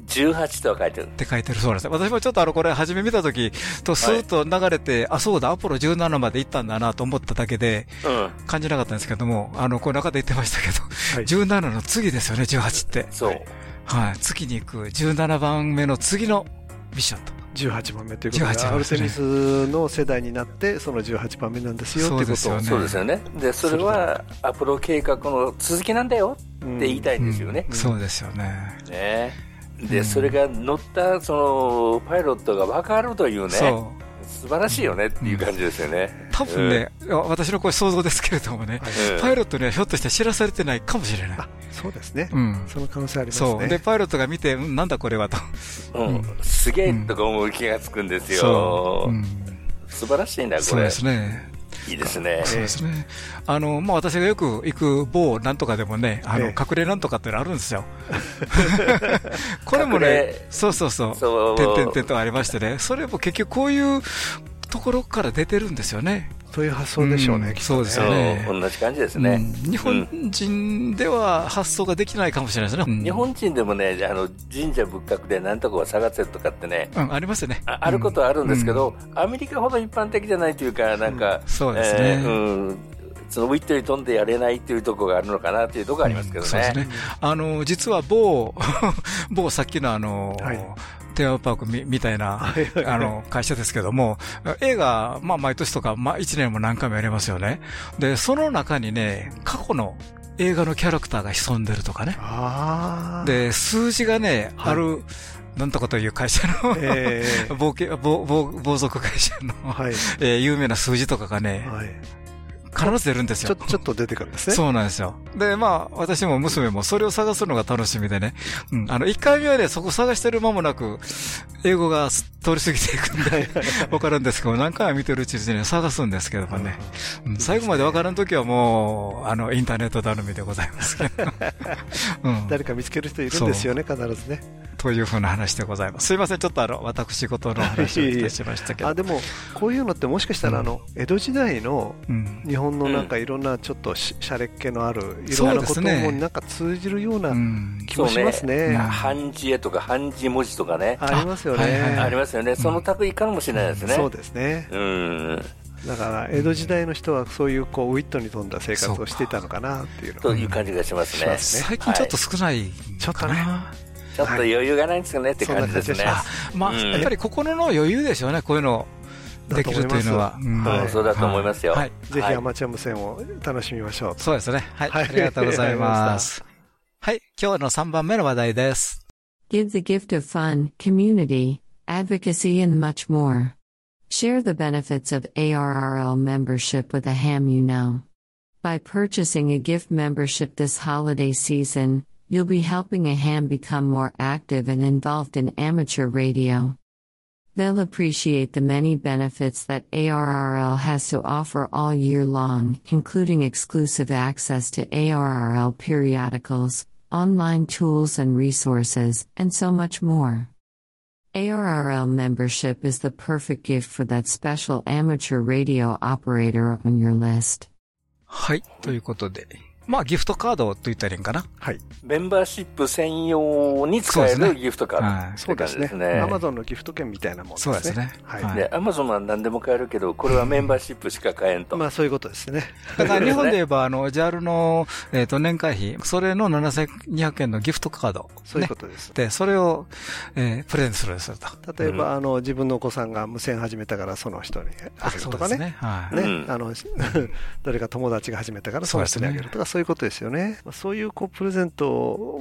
Speaker 2: 18とは書いてる
Speaker 1: っ。て書いてるそうなんです。私もちょっとあの、これ初め見たとき、とスーッと流れて、あ、そうだ、アポロ17まで行ったんだなと思っただけで、
Speaker 2: うん。
Speaker 1: 感じなかったんですけども、あの、これ中で言ってましたけど、
Speaker 3: い
Speaker 1: 17の次ですよね、18って。
Speaker 2: そう。
Speaker 1: はい、次に行く17番目の次のミッションと。
Speaker 3: 18番目ということ
Speaker 1: 18
Speaker 3: で、
Speaker 1: 番
Speaker 3: ア
Speaker 1: 目
Speaker 3: ル
Speaker 1: ですね
Speaker 3: テミスの世代になって、その18番目なんですよっていうことを
Speaker 1: そうです
Speaker 2: そ
Speaker 1: よ
Speaker 2: うですよね。で、それはアプロ計画の続きなんだよって言いたいんですよね。
Speaker 1: そうですよね。
Speaker 2: ねで、それが乗ったそのパイロットが分かるというね、素
Speaker 1: そう。
Speaker 2: 晴らしいよねっていう感じですよね。
Speaker 1: 多分ね、私のこれ想像ですけれどもね、
Speaker 2: うん
Speaker 1: パイロットにはひょっとして知らされてないかもしれない。
Speaker 3: そうですね、
Speaker 1: うん。
Speaker 3: その可能性あります
Speaker 1: そう。で、
Speaker 3: ね。
Speaker 1: パイロットが見て、うん、なんだこれはと。
Speaker 2: うんすげえとか思う気がつくんですよ。
Speaker 1: そう。うん
Speaker 2: 素晴らしいんだ、こ
Speaker 1: そう
Speaker 2: れ。
Speaker 1: ですね。
Speaker 2: いいですね。
Speaker 1: そうですね。あの、まあ、私がよく行く某なんとかでもね、あの、
Speaker 3: ええ
Speaker 1: 隠れなんとかってのあるん ですよ。これも
Speaker 2: 隠
Speaker 1: ね
Speaker 2: れ、
Speaker 1: そうそうそう、
Speaker 2: そう
Speaker 1: 点々点とありましてね、それも結局こういうところから出てるんですよね。
Speaker 3: そういう発想でしょうね、
Speaker 1: うん
Speaker 3: きっ
Speaker 1: そう
Speaker 3: と
Speaker 1: です
Speaker 2: そ
Speaker 1: よ
Speaker 2: う
Speaker 1: ね
Speaker 2: 同じ感じですね。
Speaker 1: うん日本人では発想ができないかもしれないですね。うん
Speaker 2: 日本人でもね、あの神社仏閣で何とかを探せとかってね、
Speaker 1: うん、ありますよね。
Speaker 2: ああることはあるんですけど、アメリカほど一般的じゃないというか、なんか、
Speaker 1: そうですね
Speaker 2: えーうんそのウィットに飛んでやれないというところがあるのかなというところがありますけど
Speaker 1: そうです
Speaker 2: ね。
Speaker 1: ね。あの、実は某、 某さっきのあの、
Speaker 3: はい
Speaker 1: テーマパークみみたい な、あの、会社ですけども、映画、まあ、毎年とか、まあ、1年も何回もやりますよね。で、その中にね、過去の映画のキャラクターが潜んでるとかね。
Speaker 3: ああ。、
Speaker 1: で、数字がね、
Speaker 3: はい
Speaker 1: ある、なんとかという会社の、
Speaker 3: え え
Speaker 1: 冒険、暴暴暴族会社の、
Speaker 3: はい。
Speaker 1: えー有名な数字とかがね、
Speaker 3: はい。
Speaker 1: 必ず出るんです
Speaker 3: ち
Speaker 1: よ。
Speaker 3: ょ、ちょっと出てくるんですね。
Speaker 1: そうなんですよ。で、まあ、私も娘もそれを探すのが楽しみでね。うん。あの、一回目はね、そこ探してる間もなく、英語がす通り過ぎていくんで、わかるんですけど、何回も見てるうちにね、探すんですけども ね。うん最後までわからんときはもう、あの、インターネット頼みでございますけ ど。うん。
Speaker 3: 誰か見つける人いるんですよね、必ずね。
Speaker 1: というふうな話でございます。すいません、ちょっとあの、私事の話をいたしましたけ
Speaker 3: あ、
Speaker 1: ど。
Speaker 3: でも、こういうのってもしかしたら、あの、江戸時代の
Speaker 1: うん。
Speaker 3: 日本のなんかいろんなちょっとしゃれっ気のある、いろんなこ
Speaker 1: そ
Speaker 3: と
Speaker 1: うですね
Speaker 3: もなんか通じるよう
Speaker 1: う。
Speaker 3: なん気もしますね。
Speaker 1: うん
Speaker 2: 漢字絵とか漢字文字とかね、
Speaker 3: ありますよ
Speaker 1: はいはい
Speaker 3: ね。
Speaker 1: はい
Speaker 2: ありますよね。その類かもしれないですね。
Speaker 3: そうですね。
Speaker 2: うん。
Speaker 3: だから、江戸時代の人はそういうこうウィットに富んだ生活をしていたのかなっていうの
Speaker 2: という感じがしますね。
Speaker 3: すね
Speaker 1: 最近ちょっと少ない
Speaker 3: ちょっ
Speaker 1: か
Speaker 3: と
Speaker 1: な。
Speaker 3: ね
Speaker 2: ちょっと余裕がないんですよねって感じですね。
Speaker 3: はい
Speaker 1: まあ、
Speaker 2: うん
Speaker 1: やっぱり心の余裕でしょうね、こういうのをできるというのは。ん
Speaker 3: だと
Speaker 2: う
Speaker 3: 思い
Speaker 2: ん
Speaker 3: ます
Speaker 2: そうだと思いますよ。
Speaker 1: はい。
Speaker 3: ぜ
Speaker 2: は
Speaker 3: ひ
Speaker 2: い
Speaker 3: アマチュア無線を楽しみましょう。
Speaker 1: そうですね。はい。
Speaker 3: はい
Speaker 1: ありがとうございます。はい。今日の3番目の話題です。
Speaker 10: Give the gift of fun, community, advocacy, and much more. Share the benefits of ARRL membership with a ham you know. By purchasing a gift membership this holiday season, you'll be helping a ham become more active and involved in amateur radio. They'll appreciate the many benefits that ARRL has to offer all year long, including exclusive access to ARRL periodicals, online tools and resources, and so much more. ARRL membership is the perfect gift for that special amateur radio operator on your list.
Speaker 1: はい。ということで、まあ、ギフトカードと言ったらいいんかな。
Speaker 3: はい。
Speaker 2: メンバーシップ専用に使え
Speaker 1: そうです
Speaker 2: る
Speaker 1: ね
Speaker 2: ギフトカードって
Speaker 1: そ
Speaker 2: 感
Speaker 1: うです
Speaker 2: じ
Speaker 1: ね
Speaker 2: ですね。
Speaker 1: はい
Speaker 3: Amazon のギフト券みたいなもんです
Speaker 1: そう
Speaker 3: ね。
Speaker 1: ですね。
Speaker 3: はい。
Speaker 2: で、アマゾンは何でも買えるけど、これはメンバーシップしか買えんと。
Speaker 3: まあそういうことですね。
Speaker 1: だから日本で言えば、あの、JAL の、えっ、と、年会費、それの7200円のギフトカード。
Speaker 3: そういうことです
Speaker 1: ね。で、それを、えープレゼントするんですよと。
Speaker 3: 例えば、あの自分のお子さんが無線始めたからその人にあげるとか
Speaker 1: そうですね
Speaker 3: ね
Speaker 1: は。い
Speaker 3: ね、あの 誰か友達が始めたからその人にあげるとかそういうことですよね。まあそういうこうプレゼント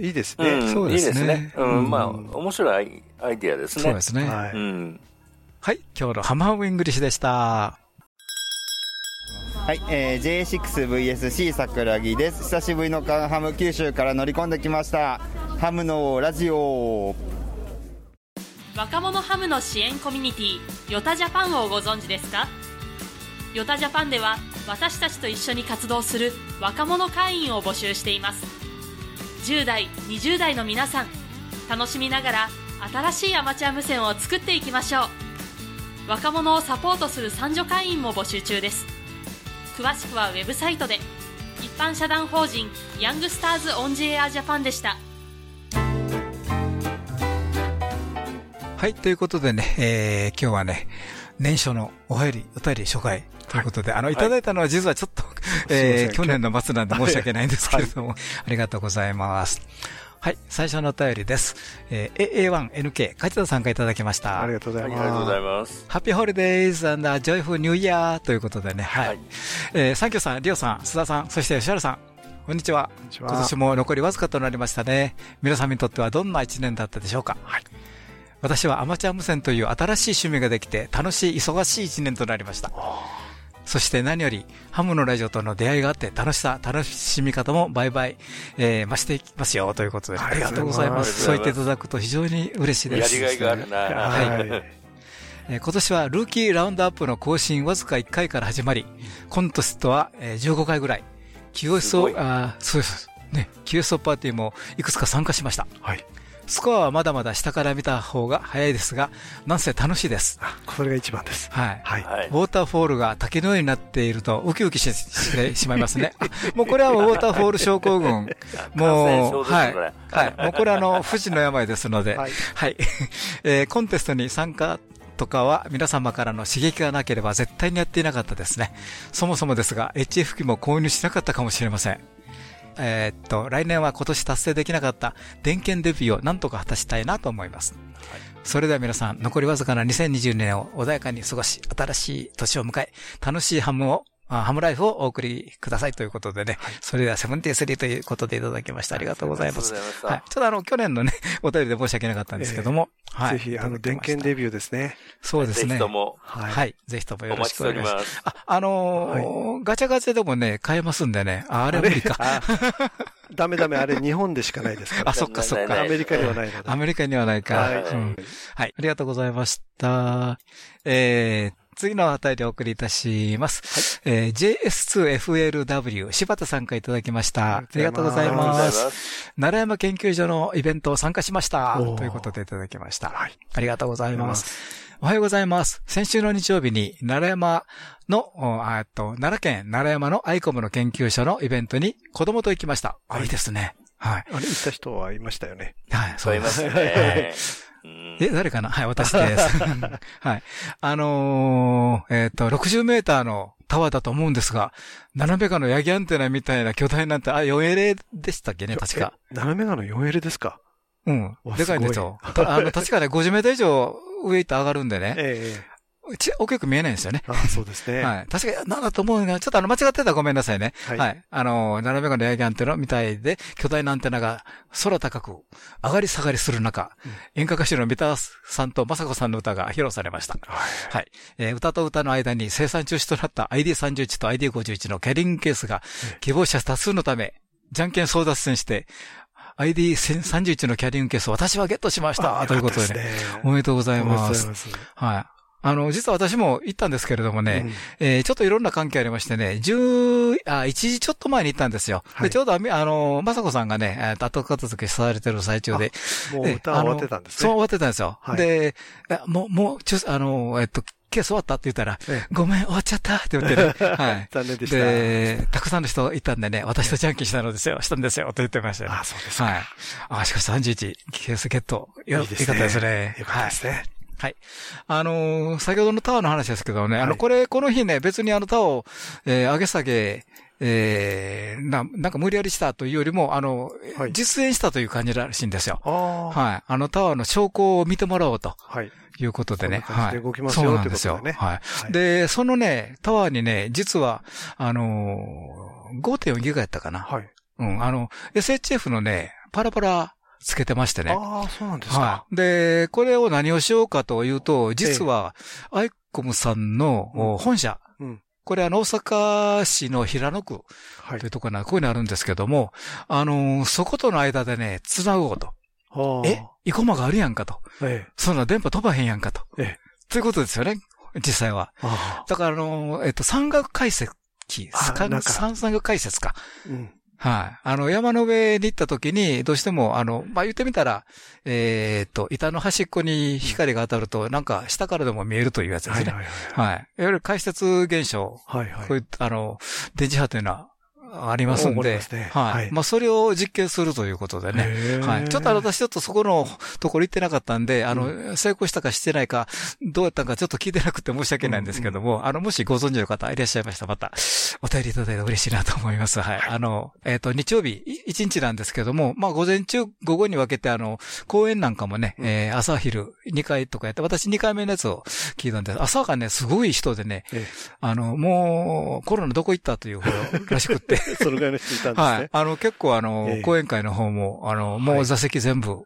Speaker 3: いいです
Speaker 2: う
Speaker 3: ね。
Speaker 2: ん、いいですね。うん、まあ、面白いアイディアですね。
Speaker 1: そうですね
Speaker 2: はい。うん。
Speaker 1: はい、今日のハムハムイングリッシュでした。
Speaker 12: はい、えー、J6VSC 桜木です久しぶりのカンハム九州から乗り込んできましたハムのラジオ
Speaker 13: 若者ハムの支援コミュニティヨタジャパンをご存知ですかヨタジャパンでは私たちと一緒に活動する若者会員を募集しています10代20代の皆さん楽しみながら新しいアマチュア無線を作っていきましょう若者をサポートする三女会員も募集中です詳しくはウェブサイトで一般社団法人ヤングスターズオンジエアジャパンでした
Speaker 1: はい、ということでね、えー、今日はね、年初のお便り、お便り初回ということで、あの、いただいたのは実はちょっと、
Speaker 14: すい
Speaker 1: え
Speaker 14: ま
Speaker 1: ー、
Speaker 14: せん
Speaker 1: 去年の末なんで申し訳ないんですけれども、ありがとうございます。はい、最初のお便りです。えー、AA1NK、梶田さんからいただきました。ありがとうご
Speaker 2: ありがとうございます。
Speaker 1: ハッピーホリデイズアンダージョイフニューイヤーということでね、はい。えー、サンキューさん、リオさん、須田さん、そして吉原さん、こんにちは。
Speaker 3: は
Speaker 1: 今年も残りわずかとなりましたね。皆様にとってはどんな一年だったでしょうか。私はアマチュア無線という新しい趣味ができて、楽しい、忙しい一年となりました。そして何より、ハムのラジオとの出会いがあって、楽しさ、楽しみ方も倍々、えー増していきますよ、ということで、ありがとうございます。そ
Speaker 2: あ
Speaker 1: う
Speaker 2: り
Speaker 1: 言っ
Speaker 2: がとございます
Speaker 1: ていうただくと非常に嬉しい
Speaker 2: や
Speaker 1: です。
Speaker 2: りがいがあるな。
Speaker 1: はい。えー今年はルーキーラウンドアップの更新わずか1回から始まり、コンテストはえー15回ぐらい、QSO、あーそうです。ね、QSO パーティーもいくつか参加しました。スコアはまだまだ下から見た方が早いですが、なんせ楽しいです。
Speaker 3: これが一番です。
Speaker 1: はい。
Speaker 3: はい。
Speaker 1: ウォーターフォールが竹のようになっていると、ウキウキしてしてしまいますね。 あもうこれはウォーターフォール症候群。もう、
Speaker 2: 感染症ですね
Speaker 1: はい
Speaker 2: これ。
Speaker 1: はい。もうこれあの、不治の病ですので、はい。 えーコンテストに参加とかは皆様からの刺激がなければ絶対にやっていなかったですね。そもそもですが、HF 機も購入しなかったかもしれません。えーっと、来年は今年達成できなかった電研デビューをなんとか果たしたいなと思います。それでは皆さん、残りわずかな2020年を穏やかに過ごし、新しい年を迎え、楽しいハムを、あハムライフをお送りくださいということでね。それではセブンティスリーということでいただきました。ありがとうございます。
Speaker 2: ありがとうございました
Speaker 1: はい。ちょっとあの、去年のね、 お便りで申し訳なかったんですけども。
Speaker 3: えー
Speaker 1: はい。
Speaker 3: ぜひ、あの、電検デビューですね。
Speaker 1: そうですね。
Speaker 2: ぜひとも
Speaker 1: はい。
Speaker 2: はい
Speaker 1: ぜひともよろしくお願いし
Speaker 2: お
Speaker 1: ま
Speaker 2: 待ち
Speaker 1: す。
Speaker 2: しており
Speaker 1: あ、あのーガチャガチャでもね、買えますんでね。ああれは無理か。
Speaker 3: ダメダメ、あれ日本でしかないですから。
Speaker 1: あ、そっかそっか。
Speaker 3: アメリカにはないので。
Speaker 1: アメリカにはないか。
Speaker 3: はい
Speaker 1: うんはい。ありがとうございました。えー、次のあたりでお送りいたします。えー JS2FLW 柴田さんからいただきました。ありがとうござい
Speaker 2: ありがとうござ
Speaker 1: ま。
Speaker 2: います
Speaker 1: 奈良山研究所のイベントを参加しました。ということでいただきました。ありがとうございます。おはようございます。先週の日曜日に、奈良山の、おあえっと、奈良県奈良山のアイコムの研究所のイベントに子供と行きました。あ、いいですね。はい。
Speaker 3: あれ、行った人はいましたよね。
Speaker 1: はい、そうで
Speaker 3: い
Speaker 1: す。
Speaker 3: ましたね
Speaker 1: え、誰かなはい、私です。はい。あのー、えっ、と、60メーターのタワーだと思うんですが、斜めかのヤギアンテナみたいな巨大なんて、あ、4L でしたっけね、確か。
Speaker 3: 斜めがの 4L ですか
Speaker 1: うん
Speaker 3: わ。
Speaker 1: でかいんですよ。
Speaker 3: すごい
Speaker 1: たあの、確かね、50メーター以上上行って上がるんでね。
Speaker 3: え
Speaker 1: ち大きく見えないんですよね。
Speaker 3: あそうですね。
Speaker 1: はい。確かに、なんだと思うんだが、ちょっとあの、間違ってたらごめんなさいね。は。
Speaker 3: はいい
Speaker 1: あの、斜めがのヤギアンテナみたいで、巨大なアンテナが空高く、上がり下がりする中、演歌歌手の三田さんと雅子さんの歌が披露されました。はい。えー歌と歌の間に生産中止となった ID31 と ID51 のキャリングケースが、希望者多数のため、じゃんけん争奪戦して、ID31 のキャリングケースを私はゲットしましたということでね。おめでとうござい
Speaker 3: おめでと
Speaker 1: ま
Speaker 3: うござ
Speaker 1: す
Speaker 3: います。
Speaker 1: はい。あの、実は私も行ったんですけれどもね、えーちょっといろんな関係ありましてね、10あ、1時ちょっと前に行ったんですよ。で、ちょうどあみ、あの、まさこさんがね、えーと後片付けされてる最中で。
Speaker 3: もう歌は終わってたんで
Speaker 1: えーあの
Speaker 3: すね
Speaker 1: そう、終わってたんですよ。
Speaker 3: はい
Speaker 1: で、あもう、もう、ちょあの、えっと、今日終わったって言ったら、ごめん、終わっちゃったって言ってね。 はい。
Speaker 3: 残念でした
Speaker 1: で、たくさんの人いたんでね、私とジャンキーしたのです よ、したんですよ、と言ってましたよ、あ、そうですか。はい。あ、しかし31、ケースゲット。よ
Speaker 3: いいです
Speaker 1: よ
Speaker 3: ね
Speaker 1: かったですね。
Speaker 3: よかったですね
Speaker 1: はいはい。あのー先ほどのタワーの話ですけどね、あの、これ、この日ね、別にあのタワーを、えー上げ下げ、えーな、なんか無理やりしたというよりも、あの、実演したという感じらしいんですよ。はい。あのタワーの証拠を見てもらおうと。
Speaker 3: はい。
Speaker 1: いうことでね。
Speaker 3: こんな感
Speaker 1: は
Speaker 3: じで
Speaker 1: い。
Speaker 3: 動きます
Speaker 1: そ
Speaker 3: よ
Speaker 1: うなんです
Speaker 3: っ
Speaker 1: よ
Speaker 3: て。ことだ
Speaker 1: はい。で、そのね、タワーにね、実は、あのー、5.4ギガやったかな。
Speaker 3: はい。
Speaker 1: うん、あの、SHF のね、パラパラつけてましてね。
Speaker 3: ああ、そうなんですか。
Speaker 1: はい。で、これを何をしようかというと、実は、アイコムさんのお本社、
Speaker 3: うん。
Speaker 1: これあの、大阪市の平野区というところな、ここにあるんですけども、あのー、そことの間でね、繋ごうと。え、イコマがあるやんかと。
Speaker 3: え
Speaker 1: そんな電波飛ばへんやんかと。
Speaker 3: ええ
Speaker 1: ということですよね、実際は。だから、あのー、えっと、山岳解析、山
Speaker 3: なんか
Speaker 1: 山岳解説か。
Speaker 3: うん。
Speaker 1: はい。あの、山の上に行った時に、どうしても、あの、まあ、言ってみたら、えーっと、板の端っこに光が当たると、なんか下からでも見えるというやつですね。はいいわゆる解説現象。
Speaker 3: はいはい
Speaker 1: こういう、あの、電磁波というのは、ありますん
Speaker 3: 起こり
Speaker 1: で。
Speaker 3: ますね
Speaker 1: はい。まあ、それを実験するということでね。はい。ちょっとあの、私ちょっとそこのところ行ってなかったんで、あの、成功したかしてないか、どうやったんかちょっと聞いてなくて申し訳ないんですけども、あの、もしご存知の方いらっしゃいましたら、また、お便りいただいて嬉しいなと思います。はい。あの、えっ、と、日曜日、い一日なんですけども、まあ、午前中、午後に分けて、あの、公演なんかもね、えー朝昼2回とかやって、私2回目のやつを聞いたんです。朝がね、すごい人でね、あの、もう、コロナどこ行ったというほどらしく って。
Speaker 3: そのぐらいの人いたんですね。
Speaker 1: はい。あの、結構あの、
Speaker 3: ええ
Speaker 1: 講演会の方も、あの、もう座席全部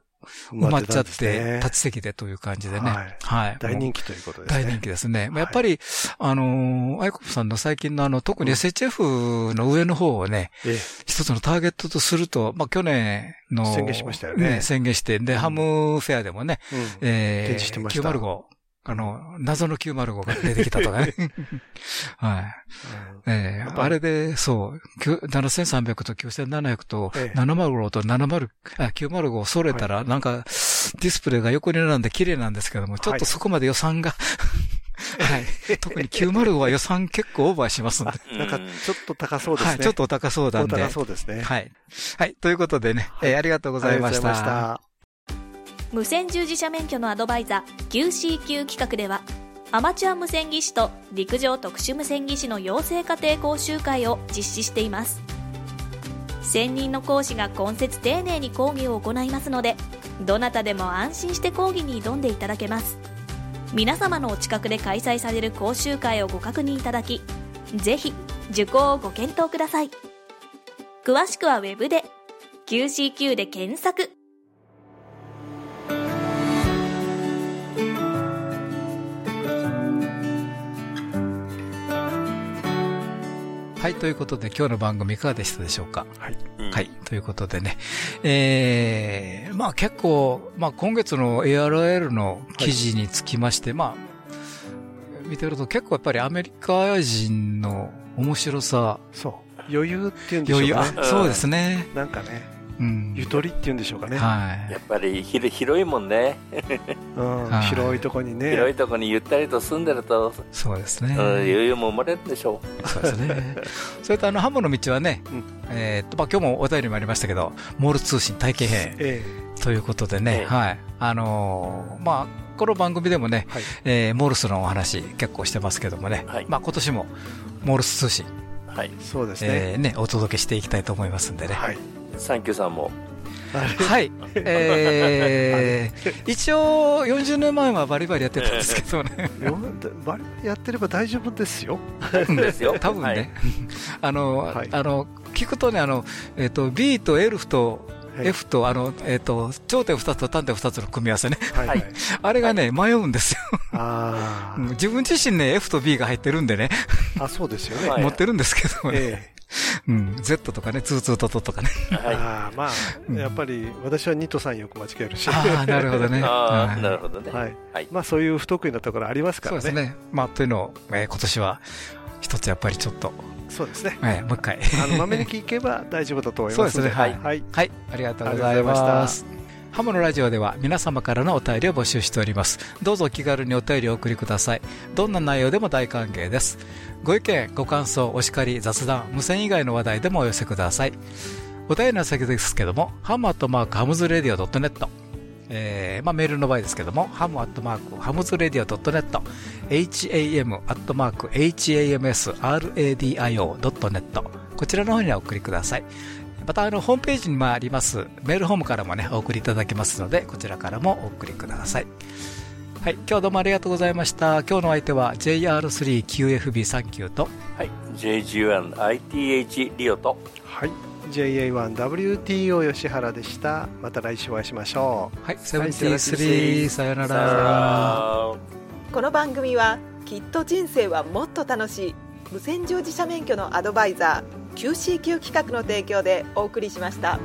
Speaker 1: 埋まっちゃって、立ち席でという感じでね。
Speaker 3: はい
Speaker 1: はい。
Speaker 3: 大人気ということですね
Speaker 1: 大人気ですね。まあやっぱり、あの、アイコプさんの最近のあの、特に SHF の上の方をね、
Speaker 3: ええ
Speaker 1: 一つのターゲットとすると、まあ、去年の、
Speaker 3: 宣言しましたよね
Speaker 1: 宣言して、で、ハムフェアでもね、
Speaker 3: うん
Speaker 1: え
Speaker 3: 展示してました
Speaker 1: 905、あの、謎の905が出てきたとか ね。 はい。ええあれで、そう、きゅ7300と9700と、
Speaker 3: ええ
Speaker 1: 705と70、あ、905を揃えたら、なんか、ディスプレイが横に並んで綺麗なんですけども、ちょっとそこまで予算が、 はい。特に905は予算結構オーバーしますんで。
Speaker 3: なんか、ちょっと高そうですね。
Speaker 1: はい、ちょっとお高そうなんで。
Speaker 3: お高そうですね。
Speaker 1: はい。はい、ということでね、えーありがとうございまし。
Speaker 3: ありがとうございました。
Speaker 5: 無線従事者免許のアドバイザー QCQ 企画ではアマチュア無線技師と陸上特殊無線技師の養成家庭講習会を実施しています専任の講師が今節丁寧に講義を行いますのでどなたでも安心して講義に挑んでいただけます皆様のお近くで開催される講習会をご確認いただきぜひ受講をご検討ください詳しくはウェブで QCQ で検索
Speaker 1: はい、ということで今日の番組いかがでしたでしょうかはいはい、ということでね。えー、まあ結構、まあ今月の ARL の記事につきまして、まあ、見てると結構やっぱりアメリカ人の面白さ。
Speaker 3: 余裕っていうんでしょ
Speaker 1: 余裕
Speaker 3: うか、ね。
Speaker 1: あそうですね。
Speaker 3: なんかね、
Speaker 1: うん。
Speaker 3: ゆとりっていうんでしょうかね。
Speaker 1: は
Speaker 2: やっぱりひろ広いもんね、
Speaker 3: うん
Speaker 2: はい
Speaker 3: 広いとこにね。
Speaker 2: 広いとこにゆったりと住んでると、
Speaker 1: そうですね
Speaker 2: うん、余裕も生まれるでしょ
Speaker 1: う。そうです ね。 それとあの、ハムの道はね、えーっと、まあ今日もお便りもありましたけど、モール通信体験編。
Speaker 3: ええ
Speaker 1: ということでね、はい。あのーまあ、この番組でもね、えーモールスのお話結構してますけどもね、まあ今年もモールス通信、
Speaker 2: はい、
Speaker 3: そうで
Speaker 1: えーね、お届けしていきたいと思いますんでね。はい。
Speaker 2: サンキューさんも。
Speaker 1: はい。えー一応40年前はバリバリやってたんですけどね。
Speaker 3: よバリバリやってれば大丈夫ですよ。
Speaker 1: 多分ね、あの、あの、聞くとね、あの、えっ、と、B と L と、F と、あの、えっ、と、頂点2つと端点2つの組み合わせね。
Speaker 3: はい。
Speaker 1: あれがね、迷うんですよ。
Speaker 3: あ
Speaker 1: うん自分自身ね、F と B が入ってるんでね。
Speaker 3: あ、そうですよね。
Speaker 1: 持ってるんですけどね。
Speaker 3: え
Speaker 1: うん、Z とかね、ツーツートトと かね。
Speaker 3: あーまあ、やっぱり私は2と3よく間違えるし。
Speaker 1: あー なるほどねあーはいな
Speaker 2: るほどね。
Speaker 3: はい。まあそういう不得意なところありますか
Speaker 1: そう
Speaker 3: ら
Speaker 1: です
Speaker 3: ね。
Speaker 1: ね。まあ、というのを、えー今年は、一つやっぱりちょっと、
Speaker 3: そうですね。
Speaker 1: えーもう一回。
Speaker 3: あの、まめに聞いけば大丈夫だと思い
Speaker 1: そう
Speaker 3: ま
Speaker 1: ですす
Speaker 3: の
Speaker 1: ね。
Speaker 3: で。
Speaker 1: はい。
Speaker 3: はい。
Speaker 1: はい。ありがとうござい
Speaker 3: ありがとうございま
Speaker 1: ま
Speaker 3: し
Speaker 1: す。ハムのラジオでは皆様からのお便りを募集しておりますどうぞお気軽にお便りをお送りくださいどんな内容でも大歓迎ですご意見ご感想お叱り雑談無線以外の話題でもお寄せくださいお便りの先ですけどもハムアットマークハムズレディオドットネットえーまあ、メールの場合ですけども、ハムアットマーク、ハムズレディオ .net、ham アットマーク、hamsradio.net、こちらの方にお送りください。また、あの、ホームページにもあります、メールホームからもね、お送りいただけますので、こちらからもお送りください。はい、今日どうもありがとうございました。今日のお相手は JR3QFB39 と、
Speaker 2: はい、JG1ITH リオと、
Speaker 3: はい JA1WTO 吉原でしたまた来週お会いしましょう
Speaker 1: はい
Speaker 4: 73
Speaker 1: さよなら
Speaker 3: さよなら
Speaker 4: この番組はきっと人生はもっと楽しい無線乗自社免許のアドバイザー QCQ 企画の提供でお送りしました。